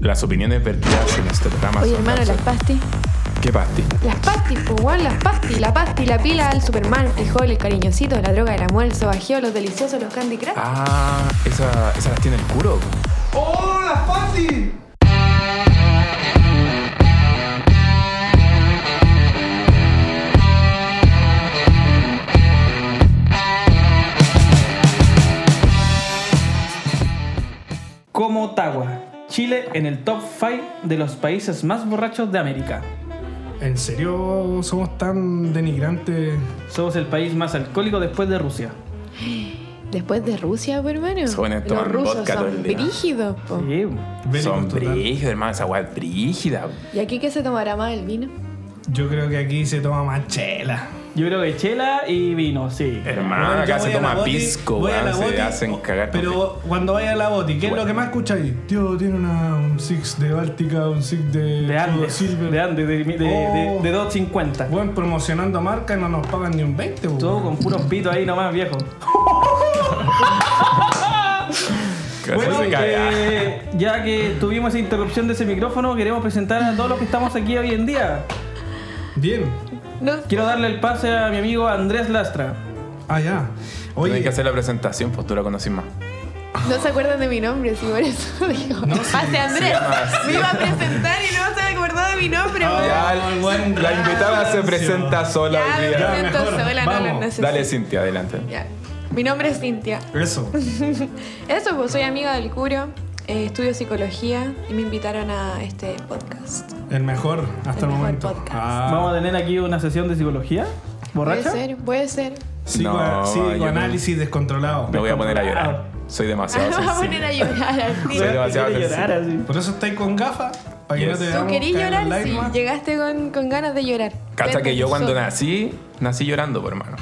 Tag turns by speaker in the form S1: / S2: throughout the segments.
S1: Las opiniones vertidas en este programa
S2: Oye,
S1: son
S2: hermano, las
S1: absolut-
S2: pastis.
S1: ¿Qué pasti?
S2: Las pastis, pues, weón, las pastis. La pasti, la pila, el Superman, el frijol, el cariñosito, la droga del almuerzo, ajeo, los deliciosos, los candy crush.
S1: Ah, esa, esa las tiene el curo.
S3: ¡Oh, las Patti!
S4: como Ottawa, Chile en el top 5 de los países más borrachos de América.
S5: ¿En serio somos tan denigrantes?
S4: Somos el país más alcohólico después de Rusia.
S2: Después de Rusia, pues, hermano.
S1: Esos buenos
S2: Los
S1: toman
S2: rusos
S1: vodka todo
S2: son
S1: el día.
S2: brígidos, pues. po.
S4: Sí,
S5: Bélicos
S1: Son
S5: total.
S1: brígidas, hermano, esa weá es brígida.
S2: ¿Y aquí qué se tomará más el vino?
S5: Yo creo que aquí se toma más chela.
S4: Yo creo que chela y vino, sí.
S1: Hermano, acá
S5: Yo
S1: se
S5: voy a la
S1: toma
S5: boti,
S1: pisco,
S5: voy a
S1: weón,
S5: la boti, oh,
S1: se hacen cagar. con pisco.
S5: Pero cuando vaya a la boti, ¿qué es
S1: Bueno.
S5: lo que más escucháis? Tío, tiene una, un six de Báltica, un six de,
S4: De
S5: Chivas
S4: Andes,
S5: Silver.
S4: de Andes, de, de, de-
S5: Oh.
S4: de 2.50.
S5: Bueno, promocionando marca no nos pagan ni un 20, weón.
S4: Todo con puros pitos ahí nomás, viejo.
S1: Que
S4: Bueno,
S1: se caga.
S4: eh, ya que tuvimos esa interrupción de ese micrófono, queremos presentar a todos los que estamos aquí hoy en día.
S5: Bien.
S2: No.
S4: Quiero darle el pase a mi amigo Andrés Lastra.
S5: Ah, ya. Oye,
S1: Tienes que hacer la presentación, pues tú la conoces más.
S2: No se acuerdan de mi nombre, si por eso digo.
S5: No, sí,
S2: Pase Andrés.
S1: llama así.
S2: Me iba a presentar y no se acordó de mi nombre,
S5: Ah,
S2: weón.
S1: Ya,
S5: el buen
S1: la invitada se
S5: Rancio.
S1: presenta sola
S2: Ya,
S1: hoy
S2: me
S1: día.
S5: Ya,
S2: presento
S5: mejor.
S2: sola, no lo
S5: Vamos.
S2: necesito.
S1: Dale, Cintia, adelante.
S2: Ya. Mi nombre es Cintia.
S5: eso.
S2: Eso, pues soy amiga del Curo, eh, estudio psicología y me invitaron a este podcast.
S5: El mejor hasta
S2: El
S5: el,
S2: mejor
S5: momento.
S2: podcast.
S4: Vamos a
S5: Ah,
S4: tener aquí una sesión de psicología. ¿Borracha?
S2: Puede ser, puede ser.
S5: psico-
S1: No,
S5: psicoanálisis descontrolado.
S1: Me voy a poner a llorar.
S5: Ah.
S1: Soy demasiado
S2: Vamos a poner
S1: sensible.
S2: a llorar al
S1: Soy
S2: tiro.
S1: demasiado
S4: Quiere llorar
S1: sensible.
S4: así.
S5: Por eso estáis con gafas, para que
S1: Yes.
S5: no te
S2: ¿Tú
S5: veamos
S2: querís
S5: caer
S2: llorar?
S5: las
S2: Sí,
S5: lágrimas.
S2: llegaste con, con ganas de llorar.
S1: Cacha
S2: Vete
S1: que yo cuando
S2: solo.
S1: nací, nací llorando, por hermano.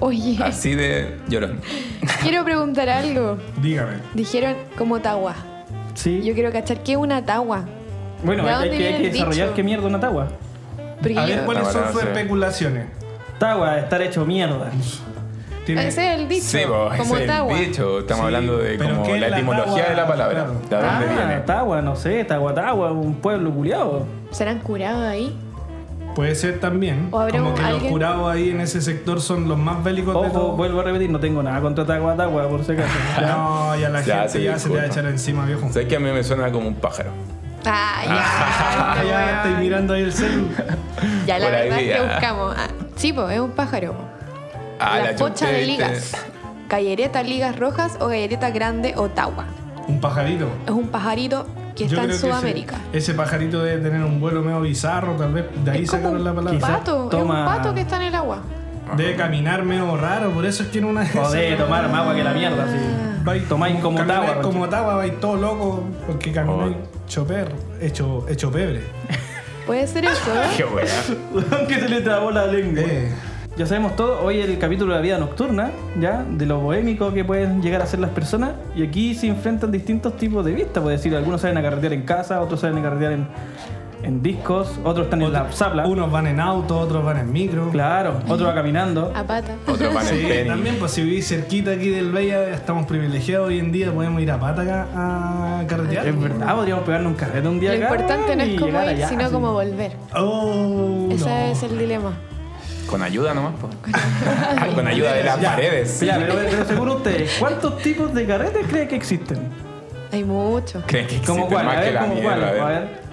S2: Oye,
S1: Así de llorón.
S2: quiero preguntar algo.
S5: Dígame.
S2: Dijeron como tagua.
S4: Sí.
S2: Yo quiero cachar qué es una tagua.
S4: Bueno,
S2: ¿De
S4: hay,
S2: dónde
S4: que- hay
S2: viene
S4: que
S2: el
S4: desarrollar
S2: dicho?
S4: qué mierda una tagua.
S2: Porque
S5: A
S2: yo-
S5: ver cuáles son
S1: Tabarazo.
S5: sus especulaciones.
S4: Tagua, estar hecho mierda.
S5: Tiene-
S2: ese es el dicho.
S1: Sí, vos,
S2: como
S1: ese es el
S2: tagua.
S1: bicho. Estamos
S5: Sí,
S1: hablando de
S5: pero
S1: como
S5: ¿qué es
S1: la
S5: la
S1: etimología
S5: tagua?
S1: de la palabra.
S5: Claro.
S1: ¿De
S4: Ah.
S1: dónde viene?
S4: Tagua, no sé, Tagua, Tagua, un pueblo culiado.
S2: ¿Serán curados ahí?
S5: Puede ser también.
S2: O habrá
S5: Como
S2: un-
S5: que los
S2: alguien-
S5: jurados ahí en ese sector son los más bélicos de
S4: Ojo,
S5: todos.
S4: vuelvo a repetir, no tengo nada contra Tagua, Tagua, por si acaso.
S5: No, ya la
S1: Ya,
S5: gente
S1: sí,
S5: ya se te va a
S1: disculpa.
S5: echar encima, viejo.
S1: Sabes que a mí me suena como un pájaro.
S2: Ah,
S5: Ah,
S2: ya.
S5: ya
S2: este
S5: estoy
S2: weón.
S5: mirando ahí el celu.
S2: Ya la
S1: Por ahí,
S2: verdad es que
S1: ya.
S2: buscamos. Ah, sí, po, es un pájaro. po.
S1: Ah,
S2: la, pocha
S1: chunté,
S2: de
S1: ¿viste?
S2: ligas. Gallereta ligas rojas o gallereta grande Ottawa.
S5: Un pajarito.
S2: Es un pajarito que
S5: Yo
S2: está en
S5: creo que ese-
S2: Sudamérica.
S5: Ese, pajarito debe tener un vuelo medio bizarro, tal vez de ahí
S2: Es como
S5: sacaron la
S2: un
S5: palabra.
S2: pato,
S4: Toma.
S2: es un pato que está en el agua.
S5: Debe caminar medio raro, por eso es que en una
S4: Joder, tomar más agua que la mierda, sí.
S5: Vais-
S4: Tomáis como
S5: camináis
S4: Tagua.
S5: como tagua, vais todo loco, porque camináis
S4: Oh.
S5: choper, hecho, hecho pebre.
S4: Eh,
S2: Puede ser eso,
S1: Qué
S2: ¿eh?
S1: weá.
S4: que se le trabó la lengua.
S5: Eh,
S4: Ya sabemos todo, hoy el capítulo de la vida nocturna, ya, de lo bohémico que pueden llegar a ser las personas, y aquí se enfrentan distintos tipos de vistas, por decir, algunos salen a carretear en casa, otros salen a carretear en, en discos, otros están en la zapla,
S5: unos van en auto, otros van en micro.
S4: claro, otros va caminando,
S2: A pata.
S1: Otro pan
S5: Sí,
S1: en tenis.
S5: también, pues si vivís cerquita aquí del Bella, estamos privilegiados hoy en día, podemos ir a pata acá a carretear.
S4: es verdad, podríamos pegarnos un carrete un día
S2: Lo
S4: acá
S2: importante no es
S4: y
S2: cómo
S4: llegar
S2: ir,
S4: allá,
S2: sino
S4: así.
S2: cómo volver.
S5: Oh,
S2: Ese
S5: no.
S2: es el dilema.
S1: Con ayuda nomás, po. Con ayuda de las
S4: Ya,
S1: paredes.
S4: Ya, pero, pero según ustedes, ¿cuántos tipos de carretes creen que existen?
S2: Hay mucho.
S1: ¿Creen que
S4: ¿Cómo
S1: existen
S4: cuál?
S1: más
S4: A
S1: que
S4: ver,
S1: la
S4: ¿cómo cuál?
S1: mierda?
S4: A
S1: A ver.
S4: ver.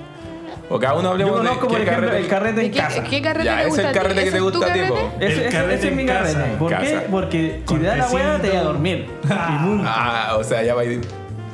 S1: O cada uno
S4: Yo
S1: hablemos
S4: conozco,
S1: de
S4: por
S1: qué
S4: ejemplo,
S1: carrete.
S4: el carrete
S2: ¿De
S4: en
S2: qué,
S4: casa.
S2: qué carrete
S1: Ya,
S2: te
S1: es
S2: gusta?
S1: el
S2: a ti?
S1: carrete que
S2: ¿Ese
S1: te
S2: es tu
S1: gusta,
S2: carrete?
S1: tipo.
S4: Ese,
S5: El
S4: ese-
S5: carrete
S4: ese es
S5: en
S4: mi
S5: casa.
S4: carrete. ¿Por
S1: En
S4: qué?
S1: casa.
S4: Porque si
S5: Con
S4: te da la hueá, te voy a
S5: tecito.
S4: dormir. Y nunca.
S1: Ah, o sea, ya va a ir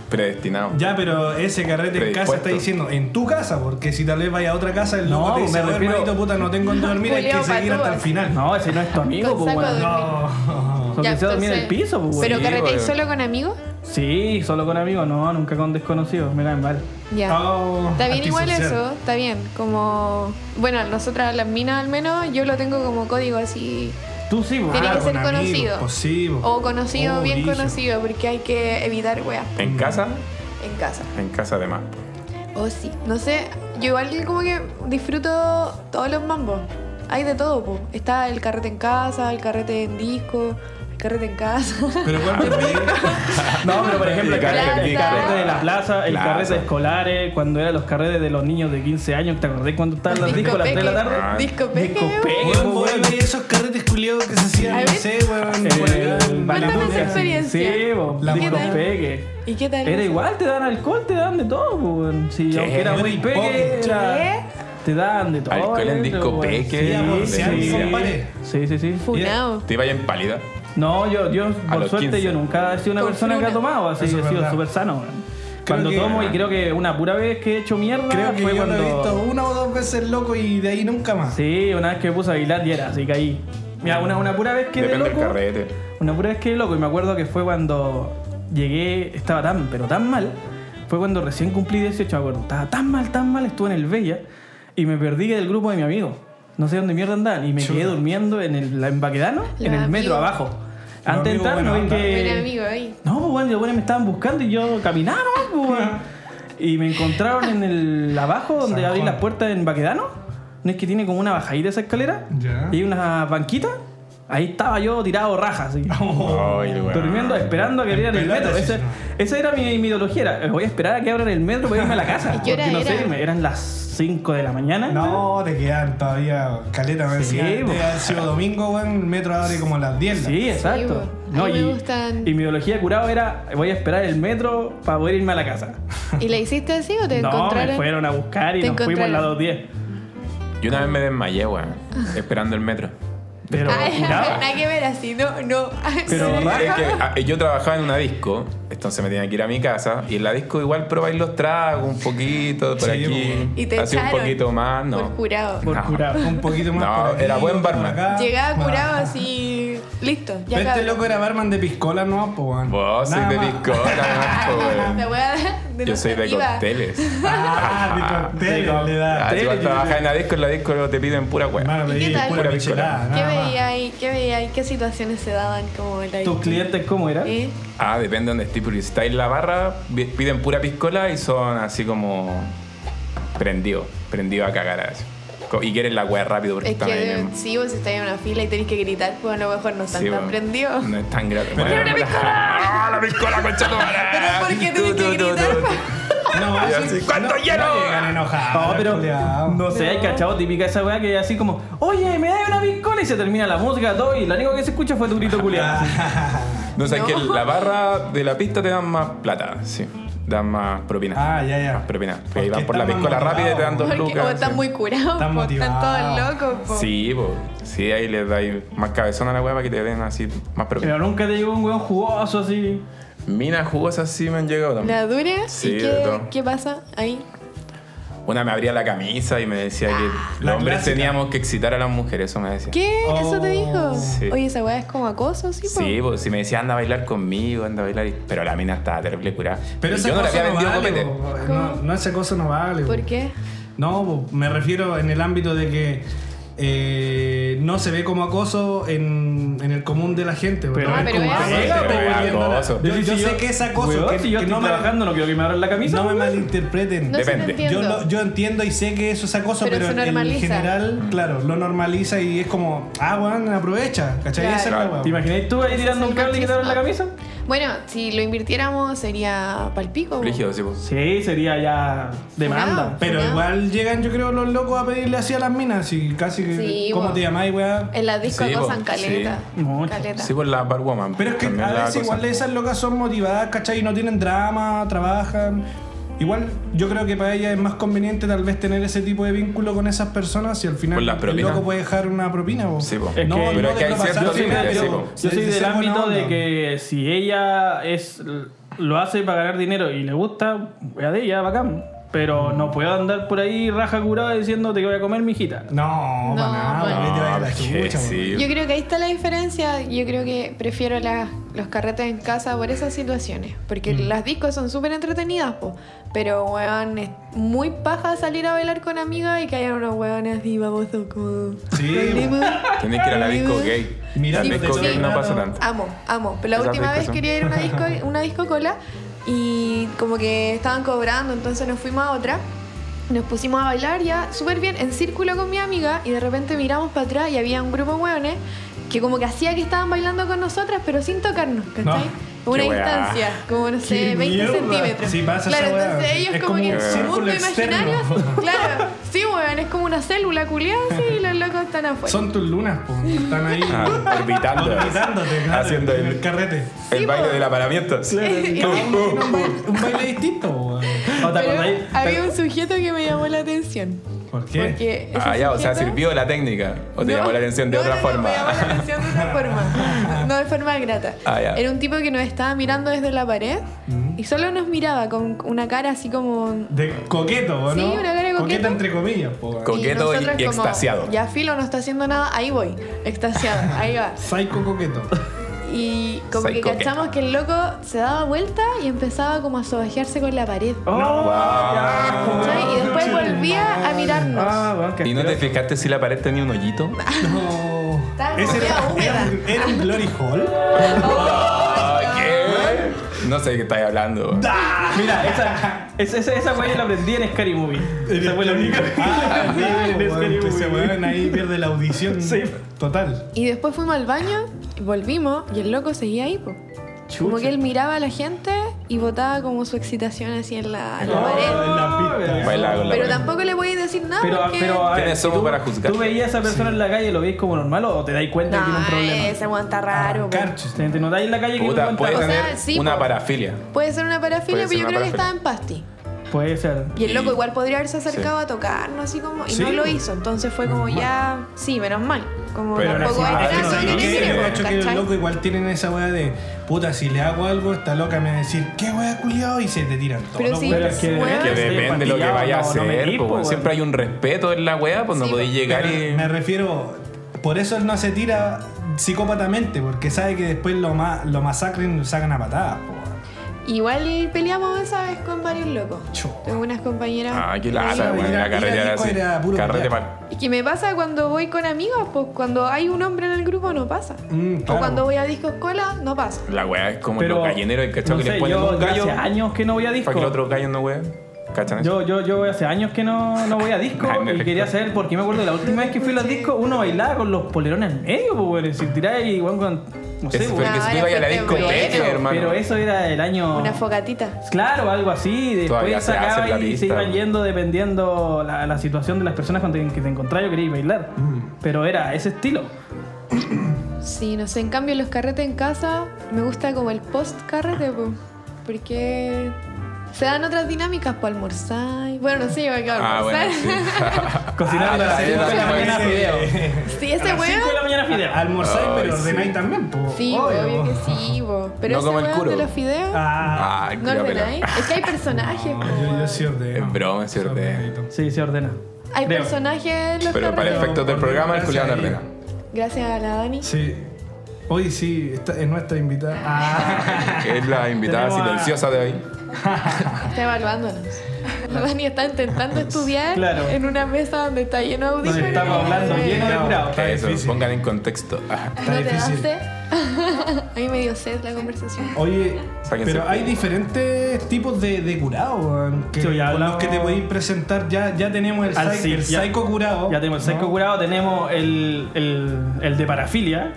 S1: predestinado.
S5: Ya, pero ese carrete en
S1: Predispuesto.
S5: casa está diciendo en tu casa, porque si tal vez vaya a otra casa, el loco
S4: No,
S5: te dice,
S4: me
S5: "Oh,
S4: refiero-
S5: hermanito puta, no tengo donde dormir, hay que
S2: Julio
S5: seguir hasta el
S2: Patúa.
S5: final. Oh.
S4: No, ese no es tu amigo,
S2: Con
S4: pues,
S2: saco
S4: weón.
S2: de-
S5: No.
S4: Porque se va a dormir en el
S2: entonces-
S4: piso, pues,
S2: ¿Pero
S1: Sí,
S2: carreteáis
S1: pues.
S2: solo con amigos?
S4: Sí, solo con amigos, no, nunca con desconocidos, me caen mal.
S2: Ya.
S4: Ah,
S5: Oh,
S2: Está bien igual
S5: antisocial.
S2: eso, está bien. Como, bueno, nosotras las minas al menos, yo lo tengo como código así.
S4: Tú sí, pues.
S2: Tiene que
S5: Ah,
S2: ser
S5: con
S2: conocido.
S5: amigos, pues sí, pues.
S2: O conocido,
S5: Oh,
S2: bien
S5: brillo.
S2: conocido, porque hay que evitar weas
S1: ¿En casa?
S2: en casa.
S1: En casa además.
S2: O sí. No sé, yo igual como que disfruto todos los mambos. Hay de todo, po. Está el carrete en casa, el carrete en disco, el carrete en casa.
S5: Pero ¿cuál preferís?
S4: No, pero por ejemplo, el
S1: Picar-
S4: carrete, el
S2: picar-
S4: carrete de la plaza, el
S1: Plaza.
S4: carrete de escolares, cuando eran los carretes de los niños de 15 años, ¿te acordás cuando estaban las discos a las 3 de la tarde?
S1: Ah.
S2: Disco Peque.
S4: Disco Peque.
S5: Weón,
S4: weón.
S5: vos veías esos carretes culiados que se
S2: A
S5: hacían, no
S2: ver.
S5: sé, weón.
S4: Eh,
S5: por acá, en
S2: Cuéntame
S5: Valladolid.
S2: esa experiencia.
S4: Sí, bo,
S5: La
S4: disco
S2: Manuca.
S4: pegue.
S2: ¿Y qué tal?
S4: Era igual, te dan alcohol, te dan de todo, po, weón. Sí,
S1: ¿Qué?
S4: aunque era
S5: Era
S4: muy
S5: un
S4: pegue,
S5: pocket.
S4: era- te dan de todo.
S1: Alcohol en
S4: weón,
S1: disco
S4: weón.
S1: peque,
S4: Sí,
S5: weón,
S4: sí,
S5: se arma,
S4: sí.
S5: compadre.
S4: Sí, sí, sí.
S2: Funado.
S1: Te iba ya en pálida.
S4: No, yo, yo por
S1: los
S4: suerte,
S1: 15.
S4: yo nunca he sido una
S2: Con
S4: persona que ha
S2: fruta.
S4: tomado, así
S5: Eso
S4: que he
S5: es
S4: sido
S5: verdad.
S4: súper sano, weón.
S5: Creo
S4: Cuando
S5: que-
S4: tomo, y creo que una pura vez que he hecho mierda
S5: Creo que
S4: fue
S5: yo
S4: cuando.
S5: lo he visto una o dos veces loco y de ahí nunca más.
S4: Sí, una vez que me puse a bailar y era, así que ahí. Mira, una, una pura vez que de
S1: Depende del
S4: loco-
S1: carrete.
S4: Una pura vez que loco, y me acuerdo que fue cuando llegué, estaba tan, pero tan mal, fue cuando recién cumplí 18, me acuerdo, estaba tan mal, tan mal, estuve en el Bella y me perdí del grupo de mi amigo. No sé dónde mierda andaban y me quedé durmiendo en el en Baquedano,
S2: Los
S4: en el metro
S2: amigos.
S4: abajo.
S5: Los
S4: Antes de
S5: amigos
S4: entrar, no
S5: buena
S4: ven
S5: onda.
S4: que...
S2: Buen amigo ahí.
S4: No, pues bueno, los buenos me estaban buscando y yo caminaba, nomás, pues, bueno. Y me encontraron en el abajo donde
S5: San
S4: abrí
S5: Juan.
S4: las puertas en Baquedano. No es que tiene como una bajadita esa escalera.
S5: Ya.
S4: Y hay una banquita. Ahí estaba yo tirado rajas, así.
S5: Oh,
S1: Ay, weón.
S4: Durmiendo, esperando a que abrieran el
S5: pelota,
S4: metro.
S5: sí,
S4: Esa,
S5: sí,
S4: esa era mi, mi ideología. Era, eh, voy a esperar a que abran el metro para irme a la casa.
S2: ¿Y qué hora
S4: porque no
S2: era?
S4: sé, me- eran las 5 de la mañana.
S5: No, te quedan todavía caleta, me
S4: Sí,
S5: decía.
S4: bo.
S5: Debe haber sido domingo, weón. El metro abre como a las 10. la-
S4: Sí, exacto.
S2: bo.
S4: no,
S2: A mí
S4: y,
S2: me gustan-
S4: y mi ideología curado era voy a esperar el metro para poder irme a la casa.
S2: ¿Y la hiciste así o te
S4: No,
S2: encontraron?
S4: me fueron a buscar y
S2: Te
S4: nos fuimos al
S2: encontraron.
S4: lado 10.
S1: Yo una vez me desmayé, weón. Esperando el metro.
S4: Pero,
S2: Ay,
S4: curado.
S2: Ah, nada que ver así, no, no.
S4: Pero,
S2: Sí.
S1: Es que, ah, yo trabajaba en una disco, entonces me tenía que ir a mi casa. Y en la disco igual probáis los tragos un poquito, por
S5: Sí,
S1: aquí.
S2: Y te
S1: así un
S2: echaron
S1: poquito más, no.
S2: Por curado.
S4: por
S5: Ah.
S1: No.
S4: curado.
S5: Un poquito más.
S1: No,
S5: por aquí,
S1: era buen
S5: por
S1: barman.
S5: acá.
S2: Llegaba
S5: Nah.
S2: curado así. Listo, ya
S5: Pero este
S2: acabé.
S5: loco era barman de piscola, no, po, weón.
S1: Vos sois
S5: Nada
S1: de
S5: más.
S1: disco, nada más, po, weón.
S2: La weá de
S1: Yo soy de
S2: nostalgia.
S1: cócteles.
S5: Ah, de cóctel, le da.
S1: Ah, si vas a
S4: Cócteles,
S1: trabajar en la disco, en la disco te piden pura weón.
S5: Hermano,
S2: ¿Y
S5: me
S2: qué
S5: di
S2: tal?
S5: pura
S1: Pura
S5: michelada.
S2: ¿Qué
S5: Ah, nada más.
S2: veía ahí? ¿Qué veía ahí? ¿Qué situaciones se daban como en la
S4: ¿Tus
S2: disco?
S4: clientes cómo eran?
S2: ¿Eh?
S1: Ah, depende de donde estés, porque si estáis en la barra, vi- piden pura piscola y son así como prendidos, prendidos a cagar así. Co- Y quieren la weá rápido porque
S2: Es
S1: están ahí
S2: que
S1: mismo.
S2: si vos estás en una fila y tenés que gritar, pues a lo mejor no estás
S1: Sí,
S2: tan
S1: bueno,
S2: prendido.
S1: No es tan grato.
S2: quiero una piscola!
S1: ¡Ah, la piscola, concha tu madre!
S2: Pero ¿por qué tenés
S1: Tú, tú,
S2: que
S1: tú,
S2: gritar?
S1: tú, tú.
S5: No,
S1: Y
S5: así-
S1: así, ¿cuánto
S5: no,
S1: hielo?
S5: No llegan enojados.
S4: No, pero
S5: Ah, culiao.
S4: no sé, hay
S2: No.
S4: cachado típica esa weá que así como, oye, me da una piscola y se termina la música, todo, y lo único que se escucha fue tu
S5: Ah.
S4: grito culiado.
S1: No, o sea,
S2: No.
S1: que la barra de la pista te dan más plata, sí. Dan más propinas.
S5: Ah, ya, ya.
S1: Más propinas. Porque
S5: Porque
S1: ahí van por la
S5: están
S1: piscola
S5: más
S1: rápida y te dan dos
S2: Porque
S1: lucas.
S2: o están
S1: sí.
S2: muy curados,
S5: Están
S2: po, están
S5: motivados.
S2: todos locos. pues. po.
S1: Sí, po. Sí, ahí les dais más cabezón a la hueá para que te den así más propinas.
S4: Pero nunca te llegó un weón jugoso así.
S1: Minas jugosas sí me han llegado también.
S2: ¿La dura?
S1: Sí,
S2: ¿Y
S1: de
S2: qué,
S1: todo.
S2: qué pasa ahí?
S1: Una me abría la camisa y me decía que los
S5: Ah, la
S1: hombres
S5: clásica.
S1: teníamos que excitar a las mujeres, eso me decía.
S2: ¿Qué? ¿Eso te
S5: Oh.
S2: dijo?
S1: Sí.
S2: Oye, esa weá es como acoso, ¿sí? po?
S1: Sí, pues si me decía anda a bailar conmigo, anda a bailar. y- Pero la mina estaba terrible curada.
S5: Pero
S1: Y
S5: esa
S1: yo no la
S5: cosa
S1: había
S5: no
S1: vendido
S5: vale.
S1: copete.
S5: bo. No, no, esa cosa no vale. bo.
S2: ¿Por qué?
S5: No, bo, me refiero en el ámbito de que eh, no se ve como acoso en, en el común de la gente. bo.
S4: Pero
S5: no,
S2: Ah,
S5: es
S2: pero
S5: como
S2: es
S5: acoso,
S1: acoso.
S5: bo,
S1: Pero es
S5: yendo a la-
S1: acoso.
S5: Yo,
S4: Decir,
S5: yo
S4: si
S5: sé que es acoso.
S4: weón,
S5: que,
S4: si yo
S5: que
S4: estoy
S5: me-
S4: trabajando, no quiero que me abran la camisa.
S5: no me
S4: weón.
S5: malinterpreten.
S2: No
S1: Depende.
S2: se te
S5: Yo,
S2: entiendo.
S5: lo- yo entiendo y sé que eso es acoso,
S2: Pero
S5: pero,
S2: se
S5: en
S2: normaliza.
S5: general, claro, lo normaliza y es como, ah, weón, aprovecha. ¿Cachai?
S2: Claro.
S5: Esa es la
S1: Claro.
S5: weá,
S4: ¿Te
S5: bo.
S4: imagináis tú ahí tirando
S2: Sí,
S4: un cable y que te abran la camisa?
S2: Bueno, si lo invirtiéramos sería palpico. po.
S1: Rígido, sí, pues.
S4: Sí, sería ya demanda.
S2: Curado.
S5: Pero
S2: No.
S5: igual llegan, yo creo, los locos a pedirle así a las minas. Y casi que.
S2: Sí,
S5: ¿Cómo
S2: bo.
S5: te llamáis, weá?
S2: En la disco
S1: Sí, po,
S2: acosan caleta.
S4: sí. Mucho.
S2: Caleta.
S1: Sí, pues la barwoman.
S5: Pero es que
S1: también
S5: a
S1: la
S5: veces
S1: cosa.
S5: igual esas locas son motivadas, ¿cachai? Y no tienen drama, trabajan. Igual yo creo que para ellas es más conveniente tal vez tener ese tipo de vínculo con esas personas y al final
S1: Por las
S5: el
S1: propinas.
S5: loco puede dejar una propina. bo.
S1: Sí, po.
S4: Es que- pero
S1: es que hay
S5: dejarlo
S1: ciertos
S5: pasar,
S1: límites,
S5: pero-
S1: sí, po.
S4: Yo soy
S5: de
S4: del
S5: ser buena
S4: ámbito de
S5: onda.
S4: que si ella es lo hace para ganar dinero y le gusta, wea de ella, bacán. Pero no puedo andar por ahí raja curada diciéndote que voy a comer mi hijita.
S5: No,
S2: No,
S5: para
S2: bueno.
S5: nada. vete a la
S1: Ah,
S5: chucha,
S1: que
S5: bo.
S1: sí.
S2: Yo creo que ahí está la diferencia. Yo creo que prefiero las- los carretes en casa por esas situaciones. Porque
S5: Mm.
S2: las discos son súper entretenidas, po. pero weón, es muy paja salir a bailar con amigas y que haya unos weones así babosos como.
S5: Sí,
S2: Bailemos.
S1: Tienes que ir a la disco gay.
S5: Mira,
S1: la
S2: sí,
S1: disco
S2: sí.
S1: gay no
S5: Claro.
S1: pasa tanto.
S2: Amo, amo. Pero la
S1: Esas
S2: última
S1: discos
S2: vez
S1: son-
S2: quería ir a una disco, una disco cola y como que estaban cobrando, entonces nos fuimos a otra. Nos pusimos a bailar ya súper bien en círculo con mi amiga y de repente miramos para atrás y había un grupo de hueones que como que hacía que estaban bailando con nosotras, pero sin tocarnos, ¿cachai?
S1: No.
S2: Una
S1: Qué weá.
S2: distancia, como no sé,
S5: Qué
S2: 20
S5: mierda.
S2: centímetros.
S5: Sí, pasa esa
S2: claro,
S5: weá.
S2: entonces ellos
S5: Es
S2: como,
S5: como
S2: que
S5: un
S2: en su
S5: círculo
S2: mundo
S5: externo.
S2: imaginario, claro, sí, weón, es como una célula culiada así, y los locos están afuera.
S5: Son tus lunas, po. Están ahí
S1: Ah, orbitando.
S5: orbitándote, claro,
S1: haciendo
S5: en el
S1: el,
S5: carrete.
S1: el
S2: Sí,
S1: baile
S2: po.
S1: del aparamiento.
S2: Y-
S5: Tiene Un baile, un baile distinto, po.
S4: ¿O te
S2: pero
S4: acordáis?
S2: había un sujeto que me llamó la atención.
S5: ¿Por qué?
S2: Porque ese
S1: Ah, ya, o sea,
S2: sujeto-
S1: sirvió la técnica. O te
S2: No,
S1: llamó la atención de
S2: no,
S1: otra
S2: no, no,
S1: forma.
S2: me llamó la atención de otra forma. No de forma grata.
S1: Ah, ya.
S2: Era un tipo que nos estaba mirando desde la pared y solo nos miraba con una cara así como.
S5: De coqueto, po, ¿no?
S2: Sí, una cara de coqueto.
S5: Coqueta entre comillas, po. weón.
S1: Coqueto y-
S2: nosotros
S1: y
S2: como,
S1: extasiado.
S2: Ya filo, no está haciendo nada, ahí voy. Extasiado, ahí va.
S5: Psycho coqueto.
S2: Y como
S1: Soy
S2: que
S1: coqueta.
S2: cachamos que el loco se daba vuelta y empezaba como a sobajearse con la pared.
S4: ¡Oh!
S1: Wow.
S2: ¿cachai? y después volvía a mirarnos.
S4: Ah, bueno, qué
S1: ¿Y no te
S4: asqueroso.
S1: fijaste si la pared tenía un hoyito?
S5: No.
S2: Estaba
S5: Ese
S2: demasiado
S5: era,
S2: húmeda.
S5: era, era un glory hall.
S1: Ah, ¿Qué? No sé de qué estáis hablando.
S4: Mira, esa, es- esa, esa weá yo la aprendí en Scary Movie. Esa fue la única que
S5: Ah,
S4: aprendí en Scary
S5: weón, ese
S4: Movie.
S5: weón ahí pierde la audición.
S4: Sí.
S5: Total.
S2: Y después fuimos al baño, volvimos y el loco seguía ahí, po. Como que él miraba a la gente y botaba como su excitación así en la, en la pared.
S5: en la pista. Ah,
S1: Bailaba con la
S2: Pero
S1: pared.
S2: tampoco le voy a decir nada
S4: Pero,
S2: porque...
S4: pero ah, a ver,
S1: ¿Quiénes
S4: si
S1: somos
S4: tú-
S1: para juzgar?
S4: ¿Tú veías a esa persona en la calle, lo veis como normal o te dais cuenta que tiene un
S2: Nah,
S4: problema?
S2: ese aguanta raro. po.
S5: Carchos.
S4: Te, te notáis en la calle que
S1: Puta,
S4: tiene un
S1: puede
S2: O
S4: cuenta-
S2: sea,
S1: tener
S2: sí,
S1: una
S2: po.
S1: parafilia.
S2: Puede ser una parafilia,
S1: Puede
S2: pero
S1: ser
S2: yo
S1: una
S2: creo que
S1: parafilia.
S2: estaba en pasti.
S4: Puede ser.
S2: Y el loco
S1: Y-
S2: igual podría haberse acercado a tocarnos así como... Y
S5: Sí,
S2: no lo
S5: po.
S2: hizo, entonces fue como ya... Sí, menos mal. Como
S1: Pero
S2: tampoco
S1: menos mal,
S2: era
S1: pero
S2: eso
S1: sí,
S2: que pues,
S1: que-
S2: le
S5: cacho que los locos igual tienen esa weá de puta, si le hago algo, esta loca me va a decir, qué weá culiao, y se te tiran todos
S2: Pero
S5: los
S2: sí.
S5: weones.
S4: es que,
S2: Bueno.
S1: Que
S2: Sí,
S1: depende de lo que vaya a
S4: Ah, No, no me
S1: hacer.
S4: lipo,
S1: po,
S4: weón.
S1: Siempre hay un respeto en la wea, pues no
S2: Sí,
S1: podéis
S2: po.
S1: llegar
S5: Pero
S1: y.
S5: Me refiero, por eso él no se tira psicópatamente, porque sabe que después lo, ma lo masacren y lo sacan a patadas. po.
S2: Igual peleamos esa vez con varios locos.
S5: Chua.
S2: Tengo unas compañeras...
S1: Ah, qué lata,
S5: Sí,
S1: weón.
S5: ir
S1: La
S5: a- ir a
S1: carretera
S5: disco
S1: así.
S5: era puro
S1: Carrete
S5: pelear.
S1: pa'l-
S2: Y que me pasa cuando voy con amigos, pues cuando hay un hombre en el grupo no pasa.
S5: Mm, claro.
S2: O cuando voy a discos cola, no pasa.
S1: La wea es como
S4: Pero,
S1: los gallineros, el cachado
S4: no
S1: que
S4: sé,
S1: le ponen
S4: yo
S1: un gallo.
S4: hace años que no voy a disco.
S1: Para que los otros gallos no ween. ¿Cachan eso?
S4: Yo, yo, yo hace años que no, no voy a disco
S1: Ah, en
S4: y
S1: efecto.
S4: quería saber porque me acuerdo que la última vez que fui a los discos uno bailaba con los polerones en medio, pues bueno, si tiráis igual con. No sé,
S1: Es
S4: pues,
S2: bueno.
S1: porque si tú
S2: No,
S1: ibas a la
S2: era
S1: discoteca,
S2: bueno.
S1: hermano.
S4: Pero eso era el año.
S2: Una fogatita.
S4: Claro, algo así.
S1: Todavía
S4: Después
S1: se hace en la
S4: sacaba y se
S1: pista.
S4: iban yendo dependiendo la, la situación de las personas con que te encontrás. Yo quería bailar. Pero era ese estilo.
S2: Sí, no sé, en cambio los carretes en casa me gusta como el post carrete, pues. Porque se dan otras dinámicas para almorzar. Bueno, no sé, yo me quedo a
S1: Ah,
S2: almorzar.
S1: bueno, sí.
S4: Cocinar a las
S1: Ah,
S4: 5
S1: ya,
S4: de la
S1: ya,
S4: mañana
S1: ya,
S4: fideo.
S2: Sí, ese
S4: A las 5 de la
S2: huevo.
S4: mañana fideo.
S5: Almorzáis,
S1: Ay,
S5: pero
S1: sí.
S5: ordenáis también, po.
S2: Sí, pues,
S5: Obvio,
S2: obvio que
S5: po.
S2: sí, po. Pero
S1: No
S2: ese
S1: como el
S2: hueón
S1: curo.
S2: de los fideos,
S5: Ah,
S1: Ay,
S2: ¿no
S1: culiao
S2: ordenáis? Es que hay personajes, pues, po.
S5: no, yo, yo sí ordeno.
S1: Es broma, sí ordeno.
S5: ordenadito.
S4: Sí, se ordena.
S2: Hay
S4: Creo.
S2: personajes en los
S1: Pero para
S2: carretes.
S1: efectos del programa, el Julián Ardena.
S2: Gracias a la Dani.
S5: Sí. Hoy sí, esta es nuestra invitada. Ah.
S1: Que es la invitada
S4: Tenemos a-
S1: silenciosa de hoy.
S2: Está evaluándonos. La Dani está intentando estudiar
S4: Claro.
S2: en una mesa donde está lleno de audífonos. Eh,
S4: Donde estamos hablando lleno de curado.
S5: Está
S1: Eso,
S5: difícil.
S1: pongan en contexto. Ah,
S2: ¿No
S5: Está
S2: te da
S5: difícil. Oh,
S2: sed? A mí me dio sed la conversación.
S5: Oye,
S1: Sáquense
S5: pero
S1: el
S5: hay
S1: jugo.
S5: diferentes tipos de, de curado, weón, que
S4: Sí, ya
S5: con los
S4: hablamos-
S5: que te podéis presentar. Ya, ya tenemos el,
S4: Al
S5: psy-
S4: sí,
S5: el
S4: ya.
S5: psycho curado.
S4: Ya tenemos el
S5: ¿no?
S4: seco curado, tenemos el, el, el de parafilia,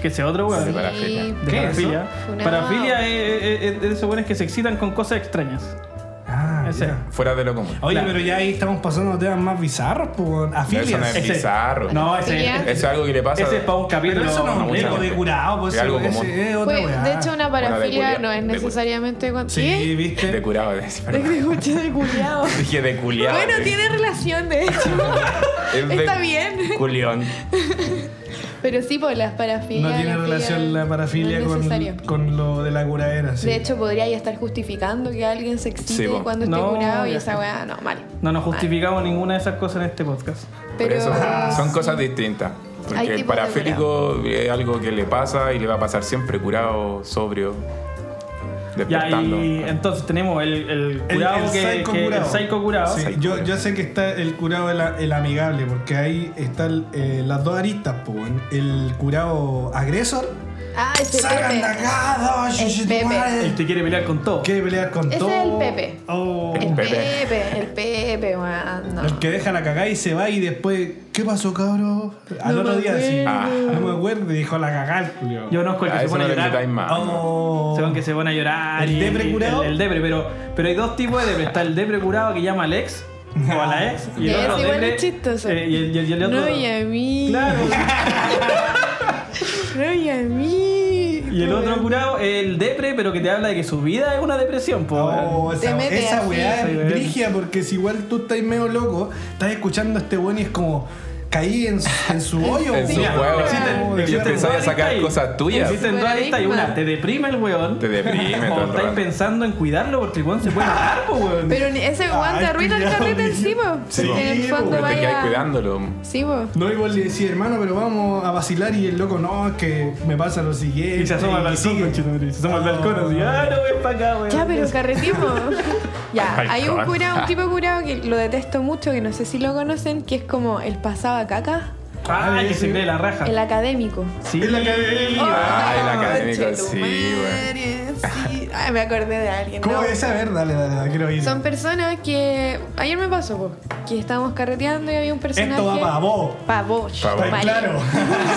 S4: que ese otro weón.
S1: Sí, para- parafilia.
S4: De
S5: ¿Qué es
S4: parafilia.
S2: eso? Funao.
S4: Parafilia es, es- es de esos buenos que se excitan con cosas extrañas.
S5: Ah,
S4: Ese.
S5: ya.
S1: Fuera de lo común.
S5: Oye,
S4: Claro.
S5: pero ya ahí estamos pasando a temas más bizarros, pues,
S1: Eso
S5: weón.
S1: no
S5: afilias.
S1: es
S4: Ese-
S1: bizarro.
S4: No, ese,
S2: Parafilia.
S1: Eso es algo que le pasa.
S4: ese es para un capítulo.
S5: pero eso
S1: no,
S5: no es
S1: mucha
S5: un tipo de
S1: gente.
S5: curado, pues
S1: Es algo
S5: ese
S1: común.
S5: es otra
S2: Fue,
S5: weá.
S2: de hecho, una
S1: Bueno, de
S2: parafilia
S1: culiao,
S2: no es
S1: de culiao.
S2: necesariamente cuando.
S5: Sí,
S2: ¿Qué?
S5: viste.
S1: De curado, es-
S2: De que escuché de culiao.
S1: Dije de culiado.
S2: Bueno, tiene relación, de hecho.
S1: Es de
S2: está bien.
S1: Culión.
S2: Pero sí, por las parafilias.
S5: no tiene
S2: las
S5: relación
S2: filias,
S5: la parafilia
S2: no es necesario.
S5: con, con lo de la curadera. Sí.
S2: De hecho, podría ya estar justificando que alguien se excite
S1: Sí, po.
S2: cuando esté
S4: No,
S2: curado y
S4: ya.
S2: esa weá, no, mal.
S4: No nos justificamos ninguna de esas cosas en este podcast.
S1: Por
S2: Pero.
S1: eso, son cosas distintas.
S2: Hay
S1: Porque el
S2: tipos de
S1: parafílico es algo que le pasa y le va a pasar siempre curado, sobrio,
S4: Ya,
S1: despertando.
S4: y entonces tenemos el, el
S5: El,
S4: curado
S5: el
S4: que,
S5: psycho
S4: que-
S5: curado.
S4: el psycho curado.
S5: Sí, pues.
S1: Psycho
S5: yo,
S1: curado.
S5: yo sé que está el curado el, el amigable, pues, porque ahí están eh, las dos aristas, po, weón. el curado agresor
S2: Ah, ese
S5: ¡Sacan de
S2: Pepe.
S5: acá! no,
S2: El
S5: si tu
S2: Pepe.
S5: madre!
S4: El que quiere pelear con todo.
S5: Quiere pelear con
S2: Ese es
S5: todo.
S2: el Pepe.
S5: Oh.
S2: El
S1: Pepe.
S2: Pepe, el Pepe, weón. No.
S5: El que deja la cagada y se va y después, ¿qué pasó, cabro? Al
S4: No
S5: otro
S4: me
S5: día sí.
S1: Ah.
S5: No me acuerdo, y dijo la cagada, Julio.
S4: Yo conozco el que
S1: A
S4: se
S1: eso
S4: pone
S1: no
S4: a
S1: le
S4: llorar.
S1: quitáis más. ¿no?
S5: Oh.
S4: Se van que se van a llorar.
S5: ¿El
S4: y-
S5: depre curado?
S4: El, el depre, pero, pero hay dos tipos de depre. Está el depre curado que llama al ex o a la ex. Y el
S2: Ya,
S4: otro
S2: ese igual
S4: depre-
S2: es chistoso.
S4: eh, y, el, y el- y el otro.
S2: No y a mí.
S4: Claro.
S2: No y a mí.
S4: Y el otro curado, el depre, pero que te habla de que su vida es una depresión, po.
S5: Oh,
S2: Te
S5: esa,
S2: mete
S5: esa
S2: así.
S5: weá
S4: Sí,
S5: es
S4: weón.
S5: brigia porque si igual tú estás medio loco, estás escuchando a este weón y es como caí en, su- en su hoyo.
S1: En su
S5: weón.
S1: juego.
S5: Existen-
S1: Y
S5: existen
S1: empezáis a
S5: weones
S1: sacar
S4: ahí.
S1: cosas tuyas.
S4: Existen dos aristas y una, te deprime el weón.
S1: Te deprime todo
S4: O
S1: el
S4: estáis
S1: rato.
S4: pensando en cuidarlo porque el weón se puede matar, po, weón.
S2: Pero ni- ese weón
S5: Ay,
S2: te arruina el
S5: cuidado,
S2: carrete
S5: dije.
S2: encima.
S5: Sí,
S2: En el
S5: po.
S2: fondo
S5: Pero
S1: Pero te quedáis
S2: vaya.
S1: cuidándolo.
S2: Sí, vos.
S5: No, igual le decía, hermano, pero vamos a vacilar y el loco, no, es que me pasa lo siguiente.
S4: Y se asoma al balcón,
S5: sigue.
S4: conchetumare, Se asoma al
S5: Oh.
S4: balcón así, ah, no, ven para acá, weón.
S2: Ya, pero carretimos. ya,
S1: Ay,
S2: hay un
S1: God.
S2: curado, un tipo curado que lo detesto mucho, que no sé si lo conocen, que es como el pasaba caca,
S4: Ah, que se cree la raja.
S2: el académico. Oh,
S4: Sí.
S5: Es la que-
S1: Ah, el académico,
S2: Conche tu
S1: sí,
S2: madre, sí. Ay, me acordé de alguien.
S5: ¿Cómo
S2: no.
S5: es? A ver, dale, dale, dale, quiero ir.
S2: Son personas que. Ayer me pasó, po, que estábamos carreteando y había un personaje.
S5: Esto va para vos.
S2: Pa' vos,
S1: Pa' vos.
S5: ¿Está
S2: Mario.
S5: claro?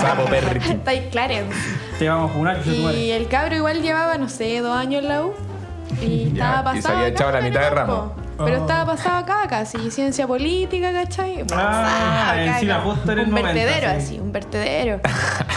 S1: Sapo perri.
S2: Está ahí Clarence.
S4: Te vamos a jugar,
S2: Y el cabro igual llevaba, no sé, dos años en la U. Y
S1: Ya,
S2: estaba pasado.
S1: y se había
S2: acá
S1: echado la
S2: en el
S1: mitad de
S2: campo.
S1: ramo.
S2: Pero
S5: Oh.
S2: estaba pasado acá, casi. Ciencia política, ¿cachai?
S4: Ah,
S2: acá,
S4: encima
S2: acá.
S4: justo en el
S2: Un
S4: momento,
S2: vertedero,
S4: sí.
S2: así, un vertedero.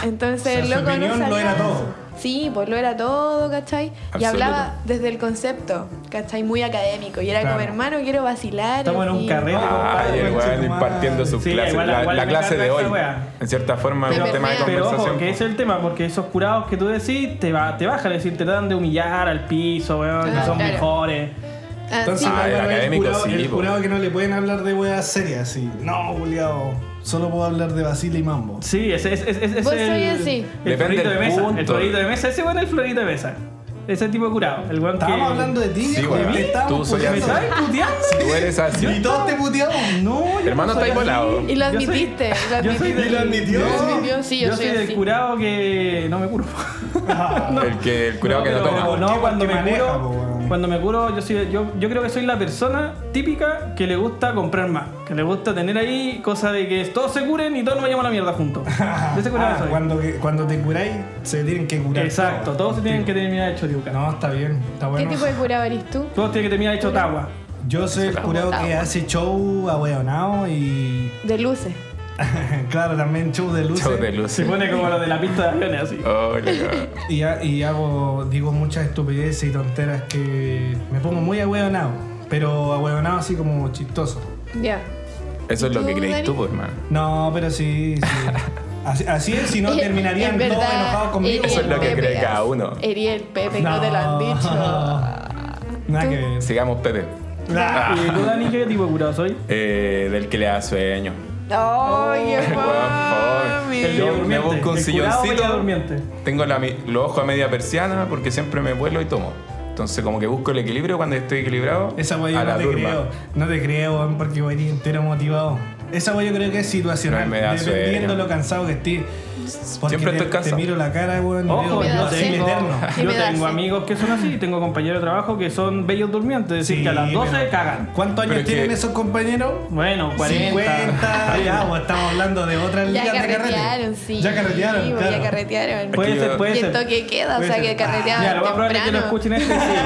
S2: Entonces,
S5: O sea,
S2: el
S5: su
S2: loco
S5: opinión
S2: no
S5: lo
S2: sabía-
S5: era todo.
S2: Sí, pues lo era todo, ¿cachai? Y
S1: Absoluto.
S2: hablaba desde el concepto, ¿cachai? Muy académico. Y era
S5: Claro.
S2: como, hermano, quiero vacilar.
S4: Estamos en un
S2: así.
S4: carrete,
S1: Ay,
S4: compadre.
S1: Ah, el weón
S5: Conchetumare.
S1: impartiendo sus
S4: Sí,
S1: clases.
S4: igual-
S1: la,
S4: igual
S1: la
S4: me
S1: clase
S4: carga
S1: de
S4: esa
S1: hoy.
S4: weá.
S1: En cierta forma es
S2: Pero
S1: un tema de
S2: mira,
S4: Pero ojo,
S1: conversación.
S4: que ese es el tema, porque esos curados que tú decís te, va, te bajan, es decir, te tratan de humillar al piso, weón,
S2: Ah,
S4: que son
S2: claro.
S4: mejores.
S2: Ah,
S5: Entonces,
S2: sí,
S1: Ah, el
S5: Álvaro, el,
S1: académico
S5: jurado,
S1: sí,
S5: el
S1: po.
S5: jurado que no le pueden hablar de weas serias, sí. No, Juliado, solo puedo hablar de Basile y Mambo.
S4: Sí, ese es, es, es,
S2: Vos
S4: el,
S2: soy así.
S4: el
S1: Depende
S4: florito de
S1: del
S4: mesa. El
S1: punto.
S4: florito de mesa, ese weón es el florito de mesa. Ese tipo de curado. El weón
S5: Estábamos
S4: que-
S5: hablando de ti,
S1: Sí,
S5: viejo,
S1: weón.
S5: te estábamos
S1: Tú soy
S4: ¿Me
S5: puteando.
S4: sabes putear?
S1: Tú eres así.
S5: Y todos te puteamos.
S4: No, yo
S1: Hermano,
S4: no soy
S1: estáis
S4: así.
S1: volado.
S2: Y lo
S4: Yo soy-
S2: admitiste, lo
S4: yo soy
S2: admitiste.
S4: del-
S5: Y lo admitió.
S4: yo-
S2: Yo sí, yo soy
S4: del
S2: así.
S4: curado que no me curo.
S5: Ah,
S1: El, que, el curado que no
S4: pero-
S1: toma.
S5: ¿Por qué?
S4: No, cuando me
S5: Porque maneja,
S4: curo,
S5: po, weón.
S4: cuando me curo, yo, soy- yo, yo creo que soy la persona típica que le gusta comprar más, que le gusta tener ahí cosa de que todos se curen y todos nos vayamos a la mierda juntos. De ese curado
S5: Ah,
S4: soy.
S5: cuando, que- cuando te curáis, se tienen que curar.
S4: Exacto, todos se tienen que terminar hecho Chotiuca.
S5: No, está bien, está
S2: ¿Qué
S5: bueno.
S2: tipo de curado eres tú?
S4: Todos tienen que terminar hecho Tagua.
S5: Yo soy el jurado que hace show ahueonado y.
S2: De luces.
S5: claro, también show de luces.
S1: Show de
S4: Se
S1: luces.
S4: pone como lo de la pista de aviones así.
S1: Oh, la cagada.
S5: Y, ha- y hago, digo muchas estupideces y tonteras que me pongo muy ahueonado, pero ahueonado así como chistoso.
S2: Ya.
S1: Eso es lo que
S2: ¿Tú,
S1: creís
S2: Dani?
S1: tú, po, hermano.
S5: No, pero sí, sí. Así, así es, si no
S2: Eh,
S5: terminarían
S2: en
S5: todos
S2: verdad,
S5: enojados conmigo.
S2: eres
S1: Eso es lo que
S2: Pepe,
S1: cree
S2: ah,
S1: cada uno.
S2: Eres el Pepe, no, te lo han dicho.
S5: Nada
S2: ¿Tú?
S5: que ver.
S1: Sigamos, Pepe.
S5: Ah.
S4: ¿Y tú, Dani, qué tipo de curado soy?
S1: Eh, del que le da sueño.
S2: Oye,
S1: Weón,
S2: mami.
S1: fome. Yo me
S4: durmiente,
S1: busco un
S4: el curado medio
S1: silloncito.
S4: durmiente.
S1: Tengo la mi- los ojos a media persiana porque siempre me vuelo y tomo. Entonces, como que busco el equilibrio cuando estoy equilibrado.
S5: Esa
S1: a
S5: wey yo
S1: la
S5: no te
S1: turba.
S5: creo. No te creo, weón, porque voy a ir entero motivado. Esa wey yo creo que es situacional.
S1: No, me da
S5: dependiendo
S1: sueño.
S5: lo cansado que estés. Porque
S1: Siempre
S5: te,
S1: estoy cansado.
S5: Te miro la cara, weón. y
S4: Ojo,
S5: veo-
S2: me
S4: yo
S2: da sed.
S5: soy
S4: tengo,
S5: eterno.
S2: Sí
S4: yo
S2: me da
S4: tengo
S2: sed.
S4: amigos que son así, tengo compañeros de trabajo que son bellos durmientes, es decir, que a las 12
S5: pero-
S4: cagan.
S5: ¿Cuántos años
S1: Pero es
S5: tienen
S1: que-
S5: esos compañeros?
S4: Bueno, 40.
S5: 50. ya, pues, estamos hablando de
S2: Ya
S5: otras ligas de carrete.
S2: carretearon, sí.
S5: Ya carretearon,
S2: Sí,
S5: claro.
S2: Ya carretearon.
S4: Puede
S1: yo-
S4: ser, puede
S2: y el
S4: ser.
S2: toque queda, o
S4: Puede
S2: sea
S4: ser.
S2: que carreteaban
S4: Ya, lo más probable es que lo
S2: temprano.
S4: escuchen este, sí.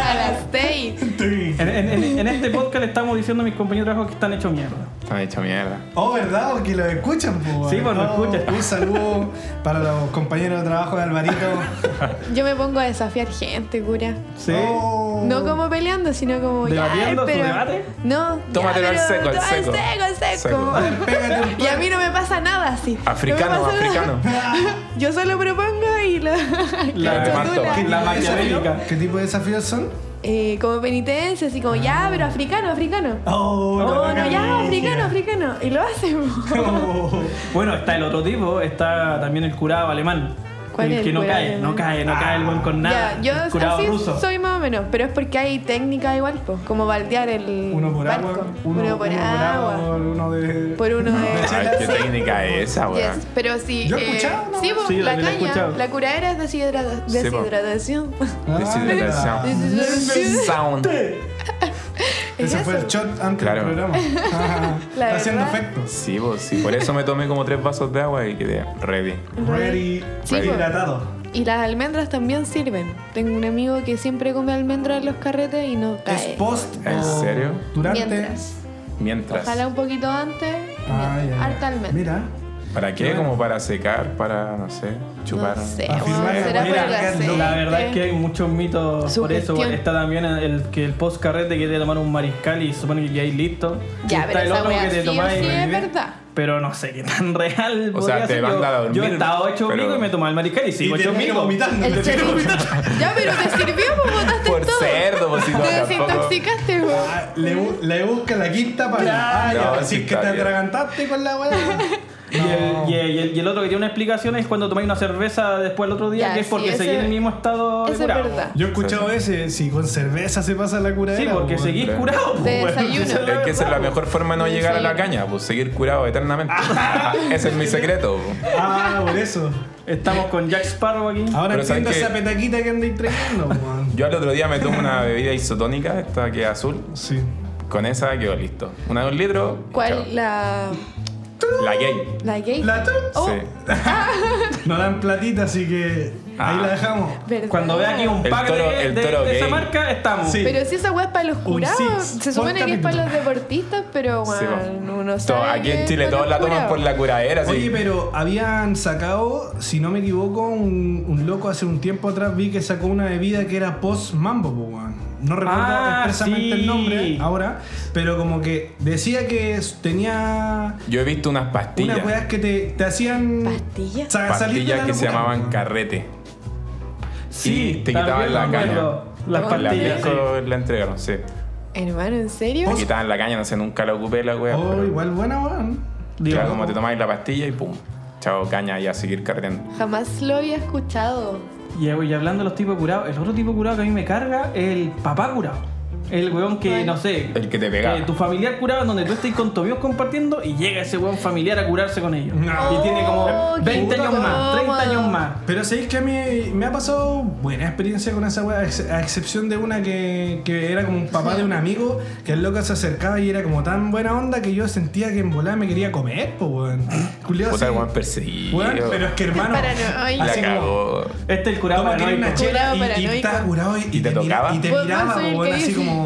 S2: A las 6.
S5: Sí.
S4: En, en- en- en este podcast le estamos diciendo a mis compañeros de trabajo que están hechos mierda.
S1: Están hecho mierda.
S5: Oh, ¿verdad? Porque lo escuchan, pues.
S4: Sí, pues, lo
S5: Oh,
S4: escuchan.
S5: Un saludo para los compañeros de trabajo de Alvarito.
S2: Yo me pongo a desafiar gente, cura.
S4: Sí.
S5: Oh.
S2: No como peleando, sino como ya,
S4: ¿Debatiendo su
S2: pero...
S4: debate?
S2: No. ya,
S1: Tómatelo al
S2: pero-
S1: seco, al
S2: toma
S1: seco.
S2: al seco,
S1: Seco.
S2: al seco.
S5: Pégate un
S2: Y a mí no me pasa nada así. No me
S1: Africano,
S2: pasa nada.
S1: africano.
S2: Yo solo propongo y la.
S4: La-
S2: la
S1: Marto,
S2: chotula.
S1: ¿qué
S5: ¿Qué
S4: La
S5: tipo de desafío?
S4: maquiavélica.
S5: ¿Qué tipo de desafíos son?
S2: Eh, como penitencia, así como ya, pero africano, africano. Oh,
S5: Oh,
S2: no,
S5: la
S2: ya, africano,
S5: maquiavélica.
S2: africano. Y lo hacen. po.
S5: Oh.
S4: Bueno, está el otro tipo, está también el curado alemán.
S2: ¿Cuál
S4: el
S2: es
S4: que
S2: el
S4: no
S2: curado
S4: cae,
S2: de-
S4: no cae, no cae el buen con nada.
S2: Ya, yo
S4: el curado
S2: así
S4: ruso.
S2: soy más o menos, pero es porque hay técnica igual, po, como baldear el
S5: Uno por
S2: barco.
S5: agua,
S2: uno, por agua,
S5: uno de.
S2: por uno de...
S1: Ay, qué técnica es esa,
S2: Yes,
S1: weón.
S2: pero si...
S5: Yo he escuchado, ¿no?
S2: Sí, po,
S4: Sí, yo
S2: la
S4: también lo he
S2: caña,
S4: escuchado.
S2: la curadera es deshidrata-
S1: Sí, po.
S2: deshidratación.
S5: Ah,
S1: Deshidratación.
S2: Deshidratación.
S1: Sound.
S2: Es
S5: Ese fue el
S2: eso.
S5: shot antes
S1: Claro.
S5: del programa. Ah,
S2: La
S5: está haciendo
S2: verdad.
S5: efectos.
S1: Sí, pues sí. Por eso me tomé como tres vasos de agua y quedé ready.
S5: Ready,
S2: Sí, pues.
S5: ready.
S2: po.
S5: hidratado.
S2: Y las almendras también sirven. Tengo un amigo que siempre come almendras en los carretes y no
S5: ¿Es
S2: cae.
S5: post
S1: ¿En
S5: o
S1: serio?
S5: Durante.
S2: Mientras.
S1: Mientras.
S2: Ojalá un poquito antes.
S5: Ah, ya, ya.
S2: Harta almendra.
S5: Mira,
S1: ¿Para qué?
S5: Bueno.
S1: Como para secar, para, no sé, chupar.
S2: No sé,
S5: Para
S2: weón,
S5: firmar la
S2: será por
S5: buena
S2: el
S5: carne.
S2: aceite.
S4: La verdad es que hay muchos mitos por eso.
S2: Sugestión.
S4: bueno, está también el que el post carrete quiere tomar un mariscal y supone que ya hay listo. Y
S2: Ya,
S4: está
S2: pero
S4: el
S2: esa
S4: otro
S2: wea
S4: que te
S2: sí o
S4: tomáis-
S2: sí es verdad.
S4: Pero no sé qué tan real.
S1: O sea,
S4: podría
S1: te
S4: ser.
S1: manda a
S4: yo,
S1: dormir,
S4: yo he estado ocho
S1: pero-
S4: pico y me tomé el mariscal y
S5: y
S4: sigo
S1: pues
S4: ocho
S5: termino
S4: pico.
S5: vomitando.
S2: El
S5: termino
S2: chorizo.
S5: vomitando.
S2: Ya, pero te sirvió, pues botaste
S1: Por
S2: todo.
S1: cerdo, pues si no,
S2: Te
S1: tampoco.
S2: desintoxicaste, weón.
S5: Ah, le, bu- le busca la quinta para. Ah, ya,
S1: No,
S5: pero
S1: sí
S5: si es que
S1: está
S5: te
S1: bien.
S5: atragantaste con la weá.
S4: Y el, y, el, y el- y el otro que tiene una explicación es cuando tomáis una cerveza después el otro día,
S2: Ya,
S4: que es
S2: sí,
S4: porque
S2: ese-
S4: seguís en el mismo estado de
S2: Eso es
S4: curado.
S2: verdad.
S5: Yo he escuchado ese, si con cerveza se pasa la cura.
S4: Sí, porque seguís
S1: claro.
S4: curado. pues,
S2: De
S4: bueno,
S2: desayuno.
S4: esa
S1: Es que esa es la
S4: verdad,
S1: mejor forma de no
S2: Sí,
S1: llegar a la
S2: sí.
S1: caña, pues seguir curado eternamente. Ese es mi secreto. pues.
S5: Ah, por eso.
S4: pues. Estamos con Jack Sparrow aquí.
S5: Ahora
S1: Pero
S5: entiendo
S1: ¿sabes qué?
S5: esa petaquita que andáis trayendo, weón.
S1: Yo al otro día me tomo una bebida isotónica, esta que es azul.
S5: Sí.
S1: Con esa quedó listo. Una de un litro.
S2: ¿Cuál? La.
S1: chao. La gay.
S2: La gay.
S5: La tu-
S2: Oh,
S1: Sí.
S5: No dan platita, así que ahí
S1: Ah.
S5: la dejamos.
S2: verdad.
S4: Cuando vea aquí un
S1: El
S4: pack
S1: toro-
S4: de,
S1: el
S4: de-
S1: toro
S4: de esa
S1: gay.
S4: marca, estamos.
S5: Sí.
S2: Pero si esa weá es para los
S5: Un
S2: curados,
S5: six
S2: se supone
S5: por
S2: que es para
S5: capítulo.
S2: los deportistas, pero
S1: Sí,
S2: bueno,
S1: pues.
S2: uno
S1: To-
S2: sabe.
S1: Aquí
S2: que
S1: en
S2: es
S1: Chile
S2: para
S1: todos
S2: los
S1: la toman
S2: curados.
S1: por la curadera,
S5: Oye,
S1: sí.
S5: pero habían sacado, si no me equivoco, un, un loco hace un tiempo atrás vi que sacó una bebida que era post mambo, po, weón. No recuerdo
S4: Ah,
S5: expresamente
S4: sí.
S5: el nombre ahora, pero como que decía que tenía
S1: Yo he visto unas
S5: unas
S1: pastillas.
S5: weas que te, te hacían
S2: ¿Pastillas?
S5: sa- salir de la
S1: Pastillas que se
S5: locura, Ah,
S1: llamaban
S5: weón.
S1: carrete.
S4: Sí,
S1: Y te quitaban
S4: también
S1: la
S4: me acuerdo.
S1: caña.
S4: Las
S2: Con
S1: La
S4: pastillas. sí.
S1: disco la entregaron, sí.
S2: Hermano, ¿en serio?
S1: Te quitaban la caña, no sé, nunca la ocupé la wea.
S5: Oh,
S1: pero-
S5: igual buena, weón.
S1: Claro,
S4: Digo,
S1: como te tomáis la pastilla y pum. Chao, caña, y a seguir carreteando.
S2: Jamás lo había escuchado.
S4: Y, eh, y hablando de los tipos curados, el otro tipo curado que a mí me carga es el papá curado. El weón que,
S2: ¿Cuál?
S4: no sé,
S1: El que te pegaba.
S5: Eh,
S4: que tu familiar curado en donde tú estés con tu amigos compartiendo y llega ese weón familiar a curarse con ellos.
S5: No.
S4: Y tiene como
S2: Oh, qué
S4: 20 años más, 30
S2: incómodo.
S4: años más.
S5: Pero sabéis que a mí me ha pasado buena experiencia con esa wea, a ex- a excepción de una que, que era como un papá de un amigo, que el loco se acercaba y era como tan buena onda que yo sentía que en volada me quería comer, po, weón. Culeado
S1: Puta, el
S5: así.
S1: weón perseguido.
S5: Weón, pero es que hermano.
S2: Paranoico.
S1: La
S5: así como,
S1: cagó.
S4: Este es el curado
S5: Toma, tiene una
S4: paranoico.
S5: chela
S2: Curado
S5: y, y
S2: paranoico.
S5: estaba curado y,
S1: ¿Y te
S5: mira-
S1: tocaba?
S5: y te
S2: Vos- vos
S5: miraba,
S2: soy
S5: po,
S2: el que
S5: weón, así
S2: dice-
S5: como,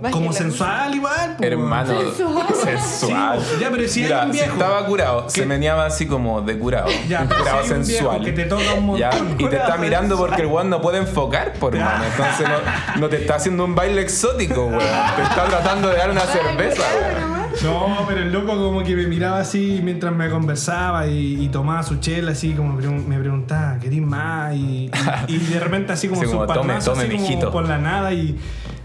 S2: Bájela.
S5: como sensual igual. po,
S1: Hermano,
S2: Sensual.
S1: sensual.
S5: Sí, ya, pero si hay
S1: Mira,
S5: un viejo
S1: estaba curado, se
S5: que-
S1: meneaba así como de curado.
S5: Ya,
S1: un
S5: pero
S1: curado
S5: si hay un viejo
S1: sensual.
S5: que te toca un
S1: Ya,
S5: montón,
S1: y te
S4: curado
S1: está mirando porque el
S4: sensual.
S1: weón no puede enfocar, por hermano. Entonces no, no te está haciendo un baile exótico, weón. Te está tratando de dar una cerveza, weón.
S5: No, pero el loco como que me miraba así mientras me conversaba y, y tomaba su chela así como pre- me preguntaba, ¿querís más? Y, y- y de repente así como
S1: Sí,
S5: sus
S1: como, tome,
S5: palmazos
S1: tome,
S5: así como
S1: mijito.
S5: por la nada y...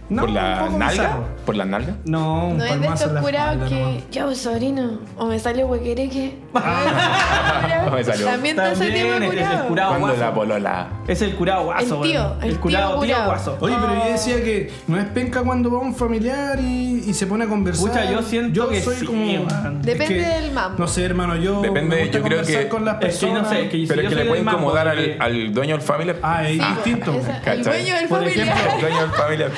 S5: No,
S1: ¿Por
S5: un
S1: la
S5: poco
S1: nalga?
S5: bizarro.
S1: ¿Por la nalga?
S5: No, un
S2: No es de
S5: palmazo en
S2: estos
S5: la
S2: curados
S5: espalda
S2: que.
S5: nomás.
S2: Yo, sobrino. O me sale huequereque.
S1: Ah. me salió.
S2: También está ese
S4: También
S2: tipo
S4: es-
S2: de
S4: es el
S2: curado.
S4: curado
S1: Cuando la
S4: guaso.
S1: polola.
S4: Es el curado guaso.
S2: El tío,
S4: weón.
S2: el tío
S4: curado tío
S2: curado.
S4: guaso.
S5: Oye, pero yo decía que no es penca cuando va un familiar y, y se pone a conversar.
S4: Pucha, yo siento que sí, man.
S2: Depende
S5: es que,
S2: del mambo.
S5: No sé, hermano, yo
S1: Depende,
S5: me gusta
S1: yo creo
S5: conversar
S1: que-
S5: con las
S4: Es que
S5: personas.
S4: no sé, es que si
S1: Pero
S4: yo
S1: es que
S4: soy
S1: le
S4: del
S1: puede
S4: mambo,
S1: incomodar
S4: porque-
S1: al, al dueño del familiar.
S5: Ah, es distinto.
S2: pues, esa-
S1: ¿cachai?
S2: el dueño del
S4: Por ejemplo,
S2: familiar.
S1: El dueño del familiar.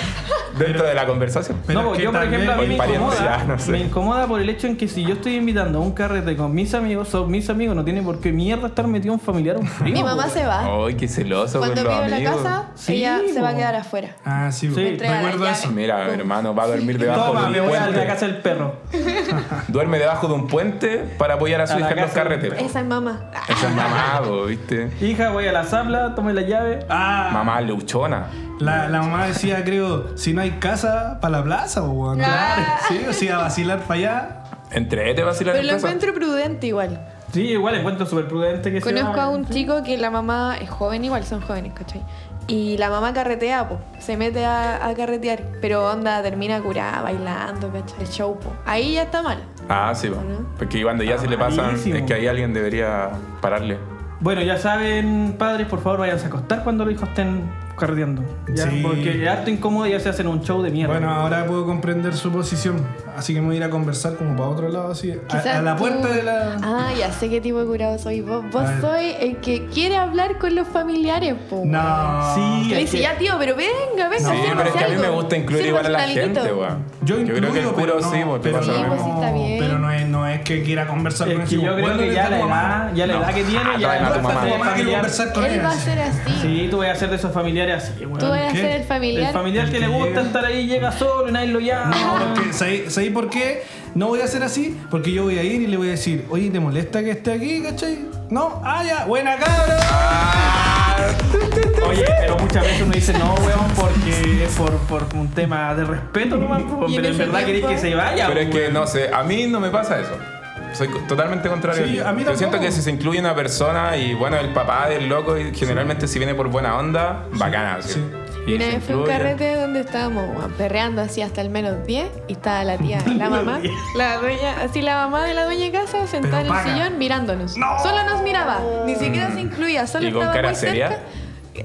S1: Dentro de la conversación.
S5: Pero
S4: no,
S5: es que
S4: yo por
S5: también-
S4: ejemplo a mí
S1: o
S4: me
S1: el pariente,
S4: incomoda,
S1: ya, no sé.
S4: me incomoda por el hecho en que si yo estoy invitando a un carrete con mis amigos, son mis amigos, no tiene por qué mierda estar metido un familiar o un primo.
S2: Mi mamá
S4: po,
S2: se va.
S1: Ay, qué celoso con
S2: Cuando
S1: Oh, los
S2: vivo en la
S1: amigos.
S2: casa,
S4: Sí,
S2: ella se va a
S4: po.
S2: quedar afuera.
S5: Ah, sí,
S4: Sí.
S2: Entrega la
S5: recuerdo
S2: llave.
S5: eso.
S1: Mira, hermano, va a dormir debajo
S4: Toma,
S1: de
S4: me
S1: un
S4: voy a la
S1: puente.
S4: casa del perro.
S1: Duerme debajo de un puente para apoyar a su
S4: A la
S1: hija en los
S4: casa del
S1: carretes.
S2: Esa es mamá. Ah,
S1: Esa es mamá, po, ¿viste?
S4: Hija, voy a la sabla, tome la llave.
S5: Ah,
S1: Mamá luchona.
S5: La, la mamá decía, creo, si no hay casa, para la plaza, po, weón. Claro.
S2: Ah.
S5: Sí, o sea, vacilar para allá.
S1: Entre te va a ir a
S2: Pero
S1: la
S2: lo
S1: casa.
S2: encuentro prudente igual.
S4: Sí, igual encuentro súper prudente que se
S2: Conozco
S4: va.
S2: a un chico que la mamá es joven igual, son jóvenes, ¿cachai? Y la mamá carretea, po. Se mete a, a carretear. Pero onda, termina curada, bailando, ¿cachai? El show, po. Ahí ya está mal.
S1: Ah, sí, po.
S2: ¿O no?
S1: Porque cuando ya se le pasan,
S4: Malísimo.
S1: es que ahí alguien debería pararle.
S4: Bueno, ya saben, padres, por favor, váyanse a acostar cuando los hijos estén carreteando. ¿ya?
S5: Sí.
S4: Porque es harto incómodo y ya se hacen un show de mierda.
S5: Bueno, ahora puedo comprender su posición. Así que me voy a ir a conversar como para otro lado, así. A,
S2: Quizás
S5: a la
S2: tú-
S5: puerta de la.
S2: Ah, ya sé qué tipo de curado soy vos. Vos
S5: A ver.
S2: soy el que quiere hablar con los familiares, po.
S5: No.
S4: Sí,
S2: Le
S4: es
S2: dice,
S4: que-
S2: ya tío, pero venga, venga,
S5: No,
S1: Sí,
S2: sírvase
S1: pero es que a mí
S2: algo.
S1: me gusta incluir igual a la
S2: Sírvase alguito".
S1: gente, weón.
S5: Yo,
S1: creo que el
S5: incluyo,
S1: puro
S5: pero no-
S1: sí, pues te
S5: pero
S1: pasa
S5: no,
S1: lo
S2: pues sí
S1: mismo.
S2: está bien.
S5: Pero no es, no es que quiera conversar
S4: Es
S5: con
S4: que
S5: ese
S4: yo creo
S5: bueno,
S4: que
S5: que
S4: ya
S5: está
S4: la
S5: tu mamá.
S4: edad, ya la
S1: No.
S4: edad que tiene,
S1: Dale, no,
S4: ya
S1: tu
S4: pasa
S1: mamá.
S4: de
S5: Tu mamá quiere
S4: familiar.
S5: conversar con
S2: Él
S5: ella.
S2: va a ser así.
S4: Sí, tú vas a ser de esos familiares así, weón.
S2: Tú vas a
S5: ¿Qué?
S2: ser el familiar.
S4: El familiar que le gusta estar ahí llega solo y nadie lo llama.
S5: No, porque ¿sabéis sabéis por qué? No voy a hacer así, porque yo voy a ir y le voy a decir, oye, ¿te molesta que esté aquí, cachai? No, ah, ya, buena cabra.
S1: Ah,
S4: Oye, pero muchas veces uno dice no, weón, porque es por, por un tema de respeto nomás, po,
S2: Y en
S4: pero en
S2: ese
S4: verdad queréis
S2: tiempo-
S4: que se vaya.
S1: Pero es
S4: po,
S1: que
S4: weón.
S1: no sé, a mí no me pasa eso. Soy co- totalmente contrario.
S5: Sí,
S1: ti.
S5: a mí
S1: Yo siento
S5: tampoco.
S1: que si se incluye una persona y bueno, el papá del loco y generalmente si viene por buena onda, bacana. así.
S5: sí.
S1: Y
S2: Una
S1: se
S2: vez fue un
S1: incluye.
S2: carrete donde estábamos weón, perreando así hasta el menos 10 y estaba la tía, la mamá, la dueña, así la mamá de la dueña de casa sentada en el
S5: paga.
S2: sillón mirándonos. Solo nos miraba, ni siquiera se incluía, solo
S1: ¿Y con
S2: estaba
S1: cara
S2: muy
S1: seria?
S2: cerca.